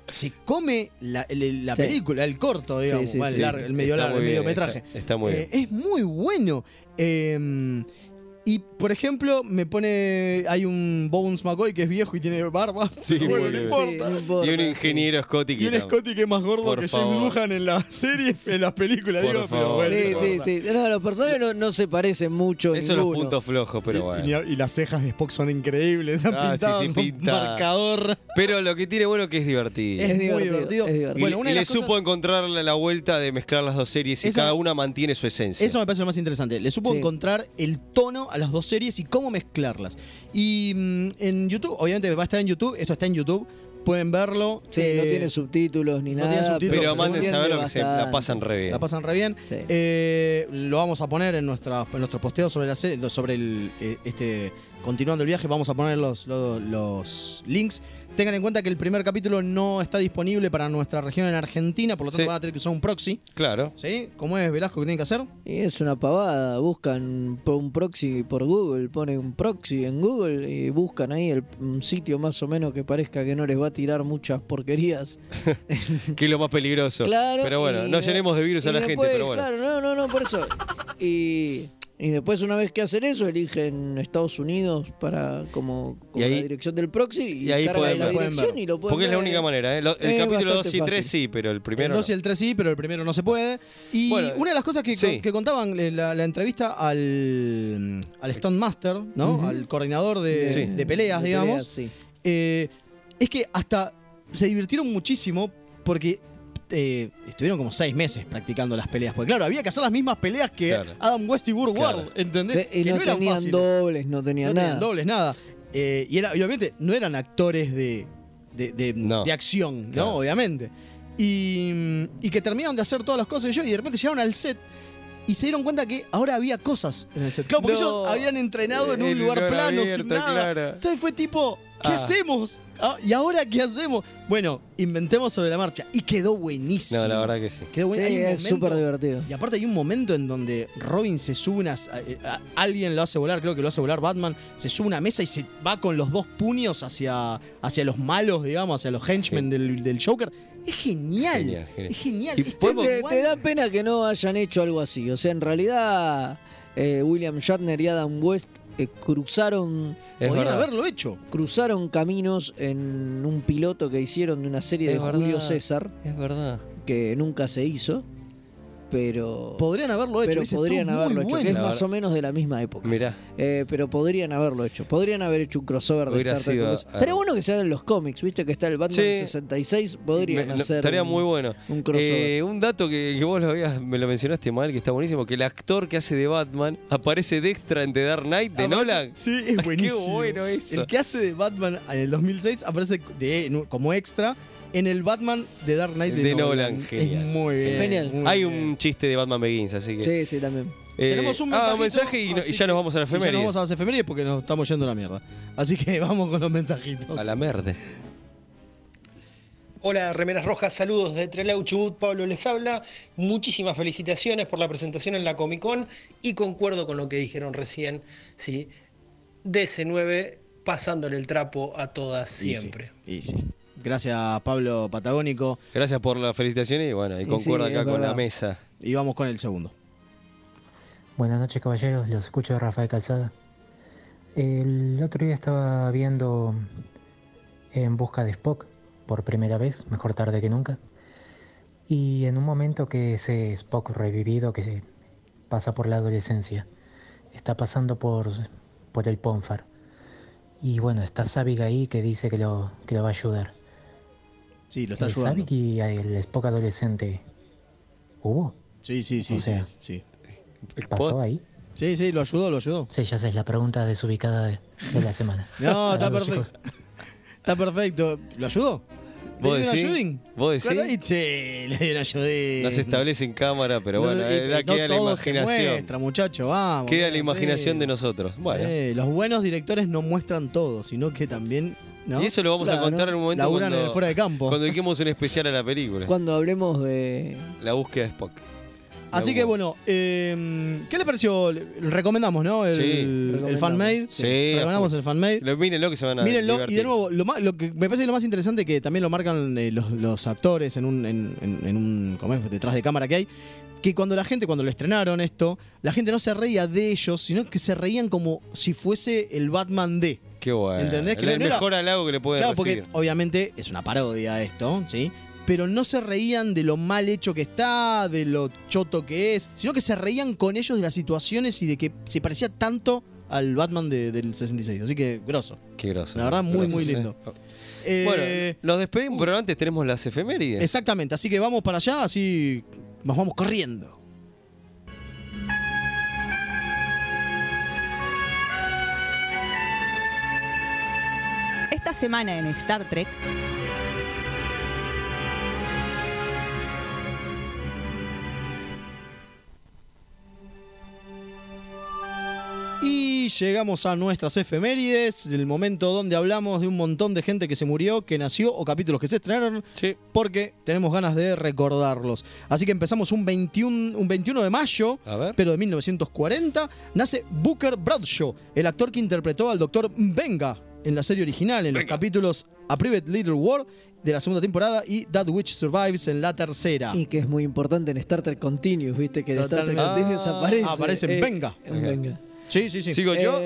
B: se come la, el- el- la
C: Sí.
B: película, el corto, digamos,
C: sí,
B: va, el,
C: sí.
B: largo, el medio
D: Está
B: largo,
D: muy
B: el
D: bien,
B: medio metraje.
D: Está, está muy
B: Eh,
D: bien.
B: es muy bueno. Eh, y por ejemplo, me pone. Hay un Bones McCoy que es viejo y tiene barba.
D: *laughs* Sí,
B: Bueno,
D: muy
B: no
D: bien.
B: importa.
C: Sí, no
D: Y
C: importa.
D: un ingeniero Scotty
B: Y un
D: Keenan.
B: Scotty que es más gordo
D: Por
B: que
D: favor.
B: James Lujan en *laughs* las series, en las películas,
D: Por
B: digo, pero
D: favor.
B: bueno.
C: Sí,
B: no
C: sí,
B: importa.
C: sí. No, los personajes no, no se parecen mucho
D: Esos son los
C: ninguno.
D: puntos flojos, pero bueno.
B: Y, y las cejas de Spock son increíbles, *laughs* están
D: Ah, sí,
B: pintadas
D: sí,
B: con
D: pintadas.
B: marcador.
D: Pero lo que tiene bueno que es divertido.
B: Es, muy
C: divertido,
B: divertido.
C: es divertido.
D: Y-
B: Bueno, una
D: y
B: de
D: le
B: las cosas-
D: supo encontrar la, la vuelta de mezclar las dos series y
B: Eso-
D: cada una mantiene su esencia.
B: Eso me parece lo más interesante. Le supo
C: Sí.
B: encontrar el tono a las dos series y cómo mezclarlas. Y mm, en YouTube, obviamente va a estar en YouTube, esto está en YouTube, pueden verlo.
C: Sí,
B: eh,
C: no tiene subtítulos ni
B: no
C: nada.
B: tiene subtítulos,
D: pero
B: se
D: manden
C: entiende
D: saber que se la
C: bastante.
D: pasan re bien.
B: La pasan re bien.
C: Sí.
B: Eh, lo vamos a poner en, nuestra, en nuestros posteos sobre la serie, sobre el, eh, este, continuando el viaje, vamos a poner los, los, los links. Tengan en cuenta que el primer capítulo no está disponible para nuestra región en Argentina, por lo tanto
D: Sí.
B: van a tener que usar un proxy.
D: Claro.
B: ¿Sí? ¿Cómo es Velasco que tienen que hacer?
C: Y es una pavada, buscan por un proxy por Google, ponen un proxy en Google y buscan ahí el, un sitio más o menos que parezca que no les va a tirar muchas porquerías.
D: Que es lo más peligroso.
C: Claro.
D: pero bueno,
C: y
D: no
C: de-
D: llenemos de virus
C: y
D: a la gente,
C: después,
D: pero bueno.
C: Claro, no, no, no, por eso. Y, y después una vez que hacen eso, eligen Estados Unidos para como, como
D: Y ahí-
C: la dirección del proxy y,
D: y ahí
C: cargan
D: pueden
C: la
D: ver.
C: dirección y lo pueden
D: Porque es la
C: ver.
D: única manera, ¿eh? Lo- el
C: Es
D: capítulo 2
C: bastante
D: y 3
C: fácil.
D: sí, pero el
B: El
D: primero.
B: 2 y
D: no.
B: el 3 sí, pero el primero no se puede. Y
D: Bueno,
B: una de las cosas que,
D: sí.
B: con- que contaban en la, la entrevista al, al Stone Master, ¿no? Al coordinador de,
D: Sí.
B: de peleas,
C: De
B: digamos.
C: peleas, sí.
B: eh, es que hasta se divirtieron muchísimo porque eh, estuvieron como seis meses practicando las peleas. Porque claro, había que hacer las mismas peleas que
D: Claro.
B: Adam West y Burt
D: Claro.
B: Ward, ¿entendés?
C: Sí, y
B: que
C: no,
B: eran
C: tenían
B: fáciles.
C: dobles, no tenían
B: No
C: nada.
B: tenían dobles, nada. Eh, y, era, y obviamente no eran actores de, de, de-
D: No.
B: de acción, ¿no?
D: Claro.
B: Obviamente. Y, mm, y que terminaron de hacer todas las cosas y yo, y de repente llegaron al set y se dieron cuenta que ahora había cosas en el set. Claro, porque
D: No.
B: ellos habían entrenado en
D: En
B: un lugar
D: lugar
B: plano,
D: abierto,
B: sin nada.
D: claro.
B: Entonces fue tipo, ¿qué
D: Ah.
B: hacemos? Ah, ¿Y ahora qué hacemos? Bueno, inventemos sobre la marcha. Y quedó buenísimo.
D: No, la verdad que sí.
B: Quedó
C: Sí,
B: buen- hay un
C: es
B: momento-
C: súper divertido.
B: y aparte hay un momento en donde Robin se sube unas. a- a- alguien lo hace volar, creo que lo hace volar Batman. Se sube a una mesa y se va con los dos puños hacia, hacia los malos, digamos, hacia los henchmen del, del Joker. Es genial.
D: Genial, genial.
B: Es genial.
D: Y
B: Está
D: podemos-
C: Te,
B: igual.
C: te da pena que no hayan hecho algo así. O sea, en realidad, eh, William Shatner y Adam West eh, cruzaron,
D: Es
B: Podrían
D: verdad.
B: haberlo hecho.
C: cruzaron caminos en un piloto que hicieron de una serie de
D: Es
C: Julio
D: verdad.
C: César,
D: Es verdad.
C: que nunca se hizo, pero,
B: Podrían haberlo hecho.
C: pero
B: hubiese
C: podrían
B: estado muy
C: haberlo hecho, que es
B: bueno.
C: más o menos de la misma época.
D: Mirá.
C: Eh, pero podrían haberlo hecho. Podrían haber hecho un crossover de
D: Hubiera
C: Star Trek.
D: sido- ah,
C: con eso. Estaría bueno que sea en los cómics, viste que está el Batman
D: Sí.
C: 66.
D: Me-
C: Podrían
D: no,
C: hacer.
D: estaría
C: un-
D: muy bueno.
C: un crossover.
D: Eh, un dato que, que vos lo habías, me lo mencionaste mal, que está buenísimo, que el actor que hace de Batman aparece de extra en The Dark Knight de Nolan.
B: Sí, es buenísimo.
D: *laughs* Qué bueno eso.
B: El que hace de Batman en el 2006 aparece de- como extra en el Batman de Dark Knight de,
D: De Nolan, genial.
B: Es muy bien.
C: Genial.
B: muy
D: Hay
B: bien.
D: un chiste de Batman Begins, así que.
C: Sí, sí, también.
D: Eh,
B: Tenemos un,
D: ah,
B: mensajito,
D: mensaje y, no- y
B: así
D: ya nos vamos a la
B: que- y Ya
D: efeméride.
B: nos vamos a las efemérides porque nos estamos yendo a la mierda. Así que *laughs* vamos con los mensajitos.
D: A la merde.
F: Hola, Remeras Rojas, saludos de Trelew Chubut, Pablo les habla. Muchísimas felicitaciones por la presentación en la Comic Con y concuerdo con lo que dijeron recién, ¿sí? DC9 pasándole el trapo a todas
B: Y sí,
F: siempre.
B: Y sí. Gracias Pablo Patagónico.
D: Gracias por las felicitaciones y bueno, y
B: Y
D: concuerda
B: sí,
D: acá
B: es
D: con la
B: verdad.
D: mesa.
B: Y vamos con el segundo.
H: Buenas noches, caballeros. Los escucho de Rafael Calzada. El otro día estaba viendo En Busca de Spock por primera vez, mejor tarde que nunca. Y en un momento que ese Spock revivido que se pasa por la adolescencia está pasando por, por el Ponfar. Y bueno, está Savig ahí que dice que lo, que lo va a ayudar.
B: Sí, lo está
H: El
B: ayudando.
H: Savig y el Spock adolescente. ¿Hubo?
B: Sí, sí, sí,
H: O sea,
B: sí, sí.
H: ¿Pasó ahí?
B: Sí, sí, lo ayudó, lo ayudó.
H: Sí, ya sé, es la pregunta desubicada de, de la semana.
B: No, está
H: Algo,
B: perfecto.
H: chicos.
B: Está perfecto. ¿Lo ayudó?
D: ¿Vos
B: ¿Le dieron
D: decís?
B: ayudín?
D: ¿Vos decís?
B: Claro, y che, *laughs* le dieron ayudín.
D: No se establece en cámara,
B: Eh,
D: pero
B: No,
D: bueno,
B: y-
D: eh, da-
B: no
D: queda la
B: todo se
D: imaginación.
B: muestra, muchacho, vamos.
D: Queda la
B: Sí.
D: imaginación de nosotros. Bueno.
B: Eh, los buenos directores no muestran todo, sino que también. ¿no?
D: Y eso lo vamos
B: Claro,
D: a contar en un momento
B: laburan
D: cuando,
B: en el fuera de campo.
D: cuando dediquemos un especial a la película.
C: Cuando hablemos de.
D: La búsqueda de Spock.
B: Así que bueno, eh, ¿qué le pareció? Le- Recomendamos, ¿no? El,
D: Sí.
B: el fanmade.
D: Sí.
B: Recomendamos el fanmade.
D: Lo- Mírenlo que se van a
B: Eh, Mírenlo, y
D: divertir.
B: de nuevo, lo, más- lo que me parece lo más interesante que también lo marcan eh, los, los actores en un, en, en- en un ¿cómo es? detrás de cámara que hay, que cuando la gente, cuando lo estrenaron esto, la gente no se reía de ellos, sino que se reían como si fuese el Batman D.
D: Qué bueno.
B: ¿Entendés?
D: El,
B: Que no era-
D: mejor halago que le pueden
B: Claro,
D: recibir.
B: porque obviamente es una parodia esto, ¿sí? Pero no se reían de lo mal hecho que está, de lo choto que es, sino que se reían con ellos de las situaciones y de que se parecía tanto al Batman de- del 66. Así que, grosso.
D: Qué groso.
B: La verdad, muy,
D: groso,
B: muy
D: sí.
B: lindo. Eh, uh.
D: Bueno, nos despedimos, pero antes tenemos las efemérides.
B: Exactamente, así que vamos para allá, así nos vamos corriendo.
R: Esta semana en Star Trek.
B: Y llegamos a nuestras efemérides, el momento donde hablamos de un montón de gente que se murió, que nació o capítulos que se estrenaron, porque tenemos ganas de recordarlos. Así que empezamos un 21, un 21 de mayo, pero de 1940, nace Booker Bradshaw, el actor que interpretó al doctor Venga en la serie original, en los capítulos A Private Little War de la segunda temporada y That Witch Survives en la tercera.
C: Y que es muy importante en Star Trek Continuous, viste que en Star Trek
B: Totalmente.
C: Continuous
B: Ah,
C: aparece. Eh,
B: aparece en Venga. Ah,
C: en Venga.
B: Sí, sí, sí.
C: Eh, sigo yo,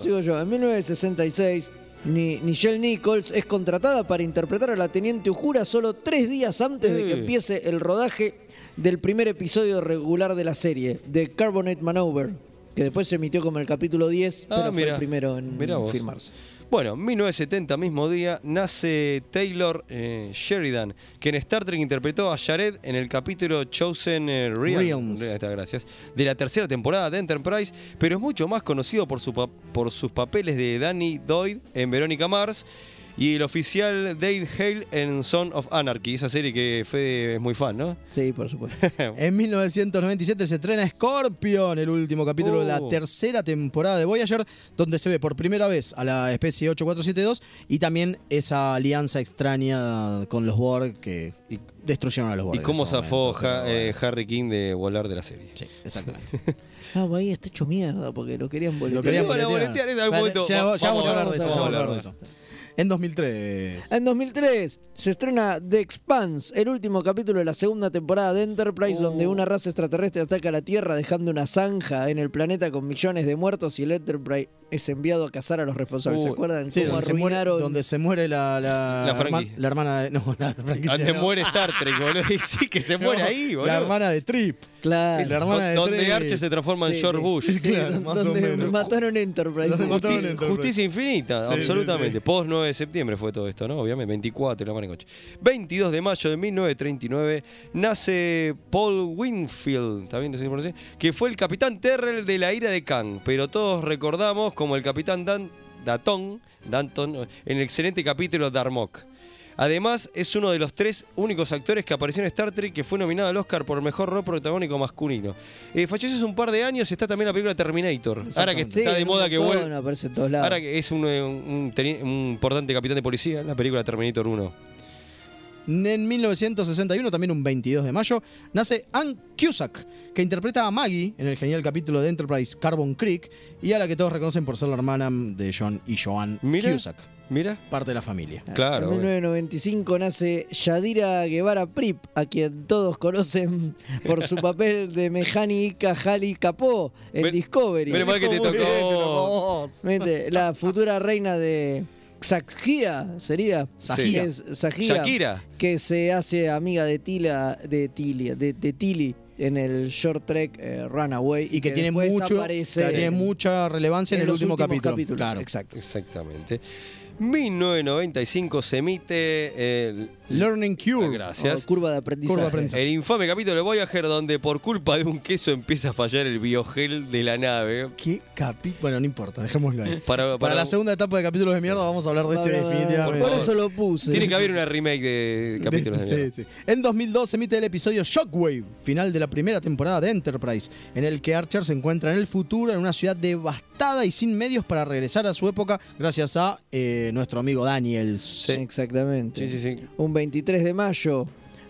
C: sigo yo. En 1966, Ni- Nichelle Nichols es contratada para interpretar a la teniente Ujura solo tres días antes de que
H: Sí.
C: empiece el rodaje del primer episodio regular de la serie, The Carbonate Maneuver, que después se emitió como el capítulo 10,
D: Ah,
C: pero fue
D: mirá.
C: el primero en
D: Mirá
B: *laughs*
D: vos.
C: firmarse.
D: Bueno, 1970, mismo día, nace Taylor eh, Sheridan, que en Star Trek interpretó a Jared en el capítulo Chosen eh, Realm-
B: Realms.
D: Ahí está, gracias, de la tercera temporada de Enterprise, pero es mucho más conocido por, su pa- por sus papeles de Danny Doyd en Verónica Mars y el oficial Dave Hale en Son of Anarchy, esa serie que Fede es muy fan, ¿no?
C: Sí, por supuesto.
B: En 1997 se estrena Scorpion, el último capítulo de la
D: Oh.
B: tercera temporada de Voyager, donde se ve por primera vez a la especie 8472 y también esa alianza extraña con los Borg que destruyeron a los Borg.
D: y cómo
B: en ese momento.
D: zafó Ja- eh, Harry King de volar de
B: *laughs*
D: la serie.
B: Sí, exactamente.
D: *laughs*
C: Ah, güey, está hecho mierda porque lo querían boletear.
B: Lo querían boletear.
D: en algún momento.
B: Ya,
D: Vamos,
B: ya vamos a
D: vamos,
B: hablar de eso. ya
D: vamos
B: vamos
D: a
B: a hablar
D: hablar
B: de eso. En 2003.
C: En 2003 se estrena The Expanse, el último capítulo de la segunda temporada de Enterprise,
B: Uh.
C: donde una raza extraterrestre ataca la Tierra dejando una zanja en el planeta con millones de muertos y el Enterprise es enviado a cazar a los responsables. ¿Se
B: Uh,
C: acuerdan
B: sí,
C: cómo
B: donde, se muere,
C: arruinaron?
B: donde se muere la, la,
D: La
B: herma-
D: Frankie.
B: la hermana de. No, la franquicia,
D: Antes
B: no.
D: muere Star Trek, boludo. *laughs* Y sí,
B: *laughs*
D: que se muere ahí, boludo.
B: La hermana de Trip.
C: Claro.
B: La hermana de
D: donde
B: Trey.
D: Archer se transforma en
B: Sí,
D: George
B: sí.
D: Bush.
C: *laughs*
B: Sí, Claro,
C: donde
B: más o menos.
C: mataron Enterprise.
B: Los mataron
D: Justicia,
B: Enterprise.
D: justicia infinita,
B: Sí, sí,
D: absolutamente.
B: sí.
D: Post 9 de septiembre fue todo esto, ¿no? Obviamente, 24, la mano en coche. 22 de mayo de 1939 nace Paul Winfield, también se pronuncia, que fue el capitán Terrell de la ira de Khan, pero todos recordamos como el capitán Dan, Datón, Danton, en el excelente capítulo Darmok. Además, es uno de los tres únicos actores que apareció en Star Trek que fue nominado al Oscar por mejor rol protagónico masculino. Eh, falleció hace un par de años, está también la película Terminator. Ahora que está de moda que vuelve.
C: vuelve. Aparece en todos lados.
D: Ahora que es un, eh, un- un teni- un importante capitán de policía, la película Terminator 1.
B: En 1961, también un 22 de mayo, nace Ann Cusack, que interpreta a Maggie en el genial capítulo de Enterprise Carbon Creek y a la que todos reconocen por ser la hermana de John y Joan
D: Mira,
B: Cusack.
D: Mira.
B: Parte de la familia.
D: Claro,
C: En 1995 nace Yadira Guevara Prip, a quien todos conocen por su papel de mecánica Halley Capó en Discovery.
D: menos mal que te Muy tocó bien, te tocó a
B: vos.
C: Vente, La futura reina de Xagia sería.
D: Sajía.
C: Que es- Sajía,
D: Shakira.
C: Que se hace amiga de Tila, de Tilia, de, de Tilly en el short trek eh, Runaway.
B: Y que, tiene,
C: después
B: mucho,
C: aparece
B: que tiene
C: en-
B: mucha relevancia en,
C: en
B: el
C: los
B: último
C: últimos
B: capítulo.
C: capítulos,
B: Claro.
C: Exacto.
D: Exactamente. 1995 se emite el
B: Learning Cure.
D: Ah, Gracias.
C: o curva de aprendizaje.
D: El infame capítulo de Voyager donde por culpa de un queso empieza a fallar el biogel de la nave.
B: ¿Qué capi- Bueno, no importa, dejémoslo ahí.
D: Para,
B: Para, la segunda etapa de capítulos de mierda vamos a hablar de este definitivamente.
D: Por favor. Por eso
C: lo puse. *laughs*
D: Tiene que haber una remake de capítulos de,
B: Sí,
D: mierda.
B: sí. En 2002 se emite el episodio Shockwave, final de la primera temporada de Enterprise, en el que Archer se encuentra en el futuro en una ciudad devastada y sin medios para regresar a su época gracias a eh, nuestro amigo Daniels.
C: Exactamente.
D: Sí, sí, sí.
C: Un 23 de mayo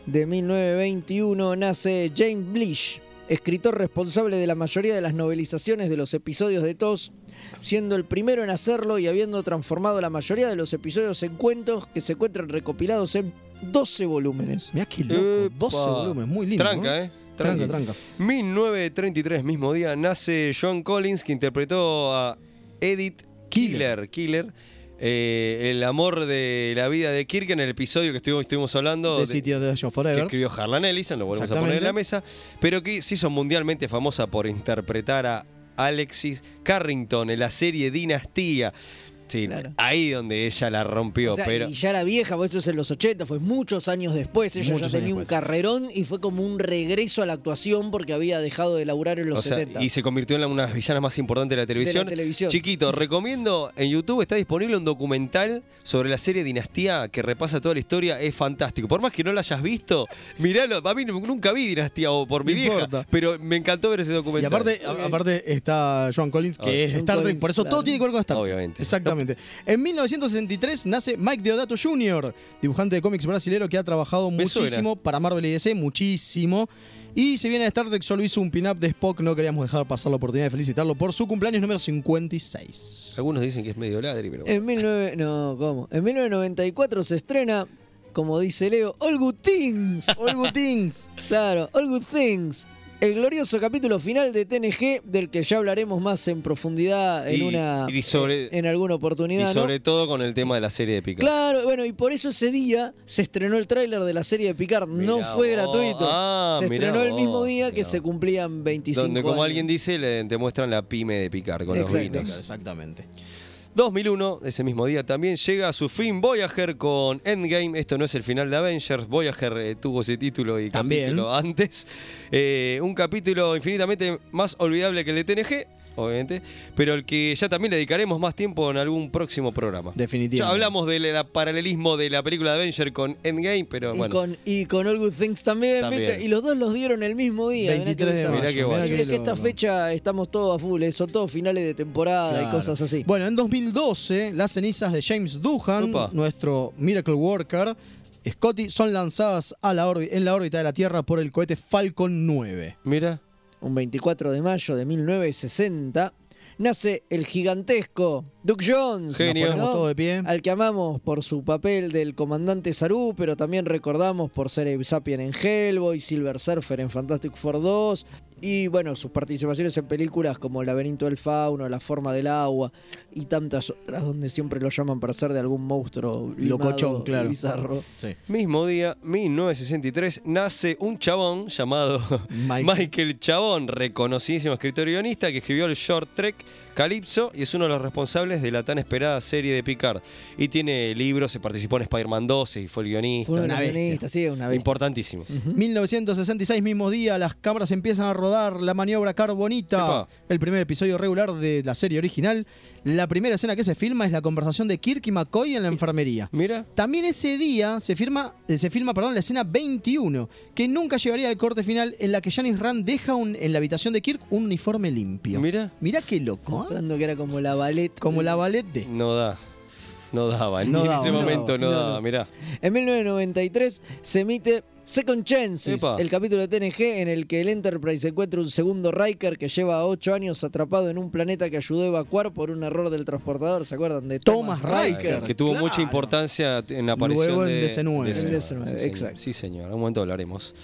C: de 1921 nace James Blish, escritor responsable de la mayoría de las novelizaciones de los episodios de TOS, siendo el primero en hacerlo y habiendo transformado la mayoría de los episodios en cuentos que se encuentran recopilados en 12 volúmenes.
B: Mirá qué loco, 12
D: Epa.
B: volúmenes, muy lindo.
D: Tranca,
B: ¿no?
D: ¿eh?
B: Tranca,
D: Tranqui.
B: tranca.
D: 1933, mismo día, nace John Collins, que interpretó a Edith Killer. Killer. eh, el amor de la vida de Kirk en el episodio que estuvimos, estuvimos hablando.
B: De
D: de-
B: sitio de Ocean
D: que
B: Forever.
D: escribió Harlan Ellison, lo volvemos a poner en
B: Exactamente.
D: la mesa, pero que se hizo mundialmente famosa por interpretar a Alexis Carrington en la serie Dinastía. Sí, ahí donde ella la rompió,
C: O sea,
D: pero
C: Y ya era vieja, porque esto es en los 80, fue muchos años después. Ella
D: Muchos
C: ya tenía
D: años
C: un
D: después.
C: carrerón y fue como un regreso a la actuación porque había dejado de laburar en los
D: o sea,
C: 70.
D: y se convirtió en la- una de las villanas más importantes de la televisión.
C: televisión. *laughs*
D: Chiquito, recomiendo en YouTube está disponible un documental sobre la serie Dinastía que repasa toda la historia, es fantástico. Por más que no lo hayas visto, miralo, a mí nunca vi Dinastía o por mi
B: No
D: vieja,
B: importa.
D: pero me encantó ver ese
B: Y
D: documental.
B: aparte,
C: Eh,
B: a- aparte está John Collins, que
D: Obvio.
B: es
D: John
B: Star Trek,
D: Collins,
B: por eso
D: claro.
B: todo tiene que ver con Star Trek.
D: Obviamente.
B: Exactamente. En 1963 nace Mike Deodato Jr., dibujante de cómics brasilero que ha trabajado
D: Me suena.
B: muchísimo para Marvel y DC, muchísimo. Y si viene a Star Trek, solo hizo un pin-up de Spock, no queríamos dejar pasar la oportunidad de felicitarlo por su cumpleaños número 56.
D: Algunos dicen que es medio ladri, pero bueno.
C: En 19... No, ¿cómo? En 1994 se estrena, como dice Leo, All Good Things.
D: *laughs*
B: All Good Things.
C: Claro, All Good Things. El glorioso capítulo final de TNG, del que ya hablaremos más en profundidad en
D: Y-
C: una eh,
D: y sobre-
C: en alguna
D: Y
C: oportunidad. ¿no?
D: sobre todo con el tema de la serie de Picard.
C: Claro, bueno, y por eso ese día se estrenó el tráiler de la serie de Picard. no
D: Mirá vos.
C: fue gratuito.
D: Ah,
C: se
D: mirá
C: estrenó el
D: vos,
C: mismo día que
D: mirá
C: se cumplían 25
D: Donde, como
C: años.
D: alguien dice, le, te muestran la pyme de Picard con los
C: Exacto.
D: vinos.
B: Exactamente.
D: 2001, ese mismo día también llega a su fin Voyager con Endgame. Esto no es el final de Avengers. Voyager eh, tuvo ese título y
B: También.
D: capítulo antes. Eh, un capítulo infinitamente más olvidable que el de TNG, obviamente, pero el que ya también le dedicaremos más tiempo en algún próximo programa.
B: Definitivamente.
D: Ya hablamos del el paralelismo de la película de Avenger con Endgame, pero
C: Y,
D: bueno.
C: con, y con All Good Things también,
D: También.
C: ¿viste? Y los dos los dieron el mismo día. mirá qué
B: 23 de
C: bizarro.
B: mayo,
D: Mirá qué
B: mirá
D: bueno.
B: qué
C: Es que esta
B: loco.
C: fecha estamos todos a full, eh, son todos finales de temporada y
B: Claro.
C: cosas así.
B: Bueno, en 2012, las cenizas de James Doohan,
C: Opa.
B: nuestro Miracle Worker, Scotty, son lanzadas a la órbi- en la órbita de la Tierra por el cohete Falcon 9.
D: Mira.
C: Un 24 de mayo de 1960 nace el gigantesco Duke Jones.
B: Genio. Nos ponemos todos de pie.
C: Al que amamos por su papel del comandante Saru, pero también recordamos por ser Abe Sapien en Hellboy, Silver Surfer en Fantastic Four 2 y bueno, sus participaciones en películas como El laberinto del fauno, La forma del agua y tantas otras donde siempre lo llaman para ser de algún monstruo limado
B: Locochón,
C: y
B: claro.
C: bizarro.
B: Sí.
D: Mismo día, 1963, nace un chabón llamado Michael, Chabón, reconocidísimo escritor y guionista que escribió el short trek Calypso y es uno de los responsables de la tan esperada serie de Picard. Y tiene libros, se participó en Spider-Man 12 y fue el guionista.
C: Fue una, guionista, sí, una bestia.
D: Importantísimo.
B: 1966, mismo día, las cámaras empiezan a rodar la maniobra Carbonita,
D: Epa.
B: el primer episodio regular de la serie original. La primera escena que se filma es la conversación de Kirk y McCoy en la enfermería.
D: Mira.
B: También ese día se, firma, eh, se filma perdón, la escena 21, que nunca llegaría al corte final en la que Janice Rand deja un- en la habitación de Kirk un uniforme limpio.
D: Mira.
B: Mirá qué loco. ¿eh?
C: Mostrando que era como la ballet.
B: Como la ballet de...
D: No da. No daba,
C: No
D: en
C: daba,
D: ese
C: no
D: momento
C: daba,
D: no,
C: no,
D: daba,
C: no.
D: mirá.
C: En 1993 se emite Second Chances,
D: Epa.
C: el capítulo de TNG en el que el Enterprise encuentra un segundo Riker que lleva 8 años atrapado en un planeta que ayudó a evacuar por un error del transportador. ¿Se acuerdan de Thomas, Riker?
D: Que tuvo mucha importancia en la aparición
C: Luego en
D: de
C: DC9.
D: de DC9,
C: En
D: sí,
C: DC9,
D: señor.
C: exacto.
D: Sí, señor, en un momento hablaremos.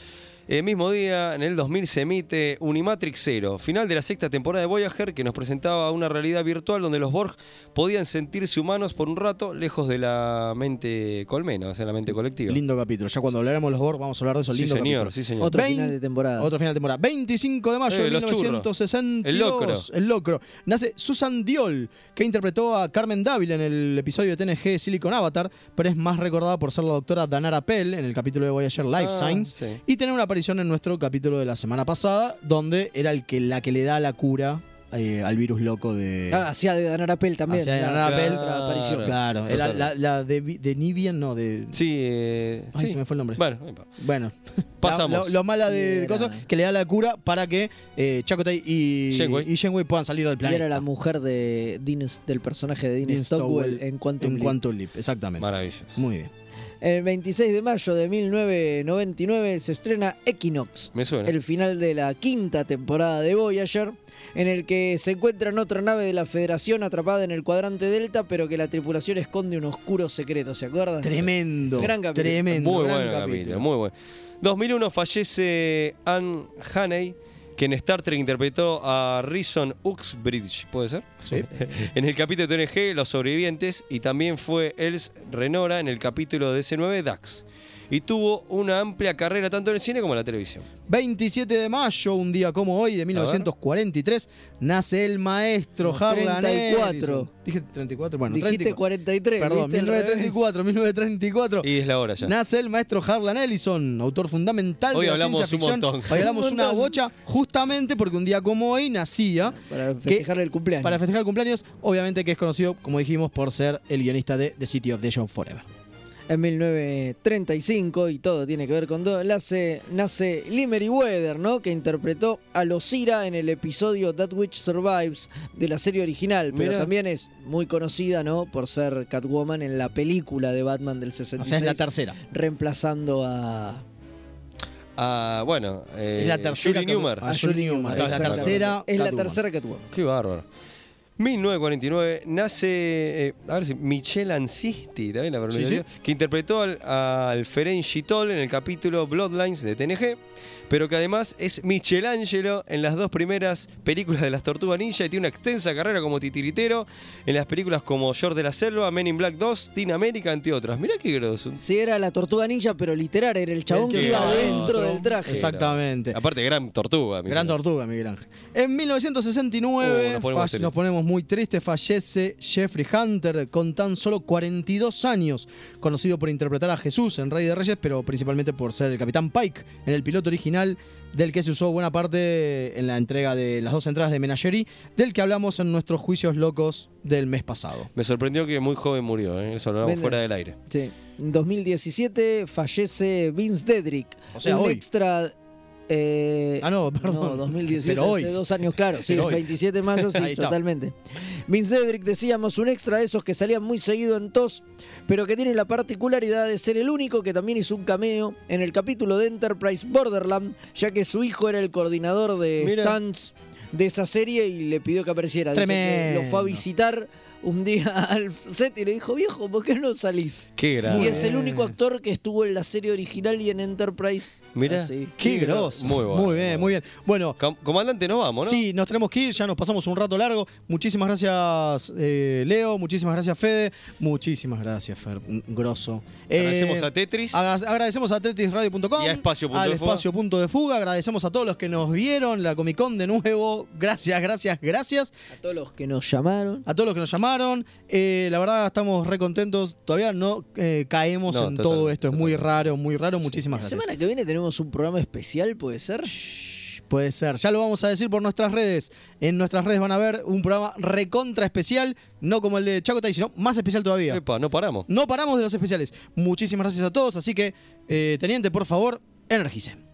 D: El mismo día, en el 2000, se emite Unimatrix Zero, final de la sexta temporada de Voyager, que nos presentaba una realidad virtual donde los Borg podían sentirse humanos por un rato, lejos de la mente colmena, o sea, la mente colectiva.
B: Lindo capítulo. Ya cuando hablaremos de los Borg, vamos a hablar de eso.
D: Sí,
B: Lindo
D: señor,
B: capítulo.
D: sí, señor. Otro final
C: de temporada.
B: Otro final de temporada. 25 de mayo
D: Eh,
B: de
D: los churros.
B: 1962.
D: El locro.
B: El locro. Nace Susan Diol, que interpretó a Carmen Dávila en el episodio de TNG Silicon Avatar, pero es más recordada por ser la doctora Danara Pell en el capítulo de Voyager Life
D: Ah,
B: Science.
D: sí.
B: Y tener una aparición en nuestro capítulo de la semana pasada, donde era el que, la que le da la cura eh, al virus loco de.
C: Ah, hacía de Dan Arapel también.
B: Hacía de
C: claro.
B: Danara Pell.
C: Otra aparición.
B: Claro, era la, la de, Vi- de Nibian, no, de.
D: Sí, eh,
B: Ay,
D: sí.
B: se me fue el nombre.
D: Bueno, no importa.
B: Bueno.
D: *laughs* Pasamos.
B: La- Lo, lo mala de de cosas que le da la cura para que eh, Chakotay y
C: Janeway.
B: y Janeway puedan salir del
C: Y
B: planeta.
C: era la mujer de Dean S- del personaje de Dean,
B: Dean
C: Stockwell,
B: Stockwell
C: en Quantum
B: en
C: Leap.
B: Quantum Leap, exactamente.
D: Maravillas.
B: Muy bien.
C: El 26 de mayo de 1999 se estrena Equinox.
D: Me suena.
C: El final de la quinta temporada de Voyager, en el que se encuentra en otra nave de la Federación atrapada en el cuadrante Delta, pero que la tripulación esconde un oscuro secreto, ¿se acuerdan?
B: Tremendo,
C: Gran capítulo.
B: tremendo.
D: Muy
B: gran
D: buen capítulo.
B: capítulo.
D: muy bueno. 2001 fallece Anne Haney, que en Star Trek interpretó a Reason Uxbridge, ¿puede ser?
B: Sí.
D: *laughs* en el capítulo de TNG, Los Sobrevivientes, y también fue Els Renora en el capítulo de S9, Dax. Y tuvo una amplia carrera tanto en el cine como en la televisión.
B: 27 de mayo, un día como hoy, de 1943, nace el maestro
C: No,
B: Harlan
C: 34.
B: Ellison. Dije 34, bueno,
C: Dijiste
B: 34.
C: 43.
B: Perdón,
C: ¿viste? Al revés.
B: 1934, 1934.
D: Y es la hora ya.
B: Nace el maestro Harlan Ellison, autor fundamental
D: Hoy
B: de la
D: hablamos
B: ciencia
D: un
B: ficción.
D: montón.
B: Hoy
C: *laughs*
B: hablamos
D: Un
B: una
D: montón.
B: bocha justamente porque un día como hoy nacía.
C: Para festejar el cumpleaños.
B: Para festejar el cumpleaños, obviamente que es conocido, como dijimos, por ser el guionista de The City of Legend Forever.
C: En 1935, y todo tiene que ver con todo, nace, nace Limery Weather, ¿no? Que interpretó a Losira en el episodio That Witch Survives de la serie original, pero
B: Mirá.
C: también es muy conocida, ¿no? Por ser Catwoman en la película de Batman del 66.
B: O sea, es la tercera.
C: Reemplazando a.
D: Ah, bueno, eh,
B: Es la tercera
D: Julie
B: que- Ah,
D: Newmar.
B: a Julie Newmar, claro, es la tercera
C: Es la
B: Catwoman.
C: tercera Catwoman.
D: Qué bárbaro. 1949 nace, eh, a ver si, Michelle Ancisti, también la pronunciación, que interpretó al, al Ferengi Toll en el capítulo Bloodlines de TNG, pero que además es Michelangelo en las dos primeras películas de las Tortugas Ninja y tiene una extensa carrera como titiritero en las películas como George de la Selva, Men in Black 2, Teen America, entre otras. Mirá qué grosso.
C: Sí, era la tortuga ninja, pero literal, era el chabón que iba dentro del traje.
B: Exactamente.
D: Aparte, gran tortuga. Miguel.
B: Gran tortuga, Miguel Ángel. En 1969
D: Uh, nos
B: falle- nos,
D: ponemos
B: ponemos
D: serios.
B: muy tristes, fallece Jeffrey Hunter con tan solo 42 años, conocido por interpretar a Jesús en Rey de Reyes, pero principalmente por ser el capitán Pike en el piloto original del que se usó buena parte en la entrega de las dos entradas de Menagerie, del que hablamos en nuestros juicios locos del mes pasado.
D: Me sorprendió que muy joven murió, ¿eh? eso lo hablamos
C: Vende.
D: fuera del aire.
C: Sí. En 2017 fallece Vince Dedrick.
D: O sea,
C: un
D: hoy.
C: extra. eh,
B: ah, no, perdón.
C: No, 2017,
B: Pero hoy.
C: hace dos años, claro. Sí,
B: Pero hoy.
C: 27 de mayo,
B: Ahí
C: sí,
B: está.
C: totalmente. Vince Dedrick, decíamos, un extra de esos que salían muy seguido en TOS, pero que tiene la particularidad de ser el único que también hizo un cameo en el capítulo de Enterprise Borderland, ya que su hijo era el coordinador de
B: Mira.
C: stands de esa serie y le pidió que apareciera. Dice que Lo fue a
B: Tremendo.
C: visitar un día al set y le dijo, viejo, ¿por qué no salís?
D: Qué grande.
C: Y es el único actor que estuvo en la serie original y en Enterprise.
D: Mirá,
C: Así.
B: Qué grosso.
D: Muy bueno.
B: Muy bien, muy bien. Bueno.
D: comandante, nos vamos, ¿no?
B: Sí, nos tenemos que ir, ya nos pasamos un rato largo. Muchísimas gracias, eh, Leo. Muchísimas gracias, Fede. Muchísimas gracias, Fer. un Grosso. Eh,
D: Agradecemos a Tetris.
B: agra- agradecemos a TetrisRadio.com.
D: Y a Espacio Punto
B: al
D: de Fuga.
B: Espacio Punto de Fuga. Agradecemos a todos los que nos vieron, la Comic Con de nuevo. *laughs* Gracias, gracias, gracias.
C: A todos los que nos llamaron.
B: A todos los que nos llamaron. Eh, la verdad, estamos re contentos. Todavía no eh, caemos
D: No,
B: en
D: total,
B: todo esto. Es muy raro, muy raro. Muchísimas
C: La
B: gracias.
C: semana que viene tenemos un programa especial, ¿puede ser?
B: Puede ser, ya lo vamos a decir por nuestras redes. En nuestras redes van a ver un programa recontra especial, no como el de Chacotay, sino más especial todavía.
D: Epa, no paramos.
B: No paramos de los especiales. Muchísimas gracias a todos, así que, eh, teniente, por favor, energicen.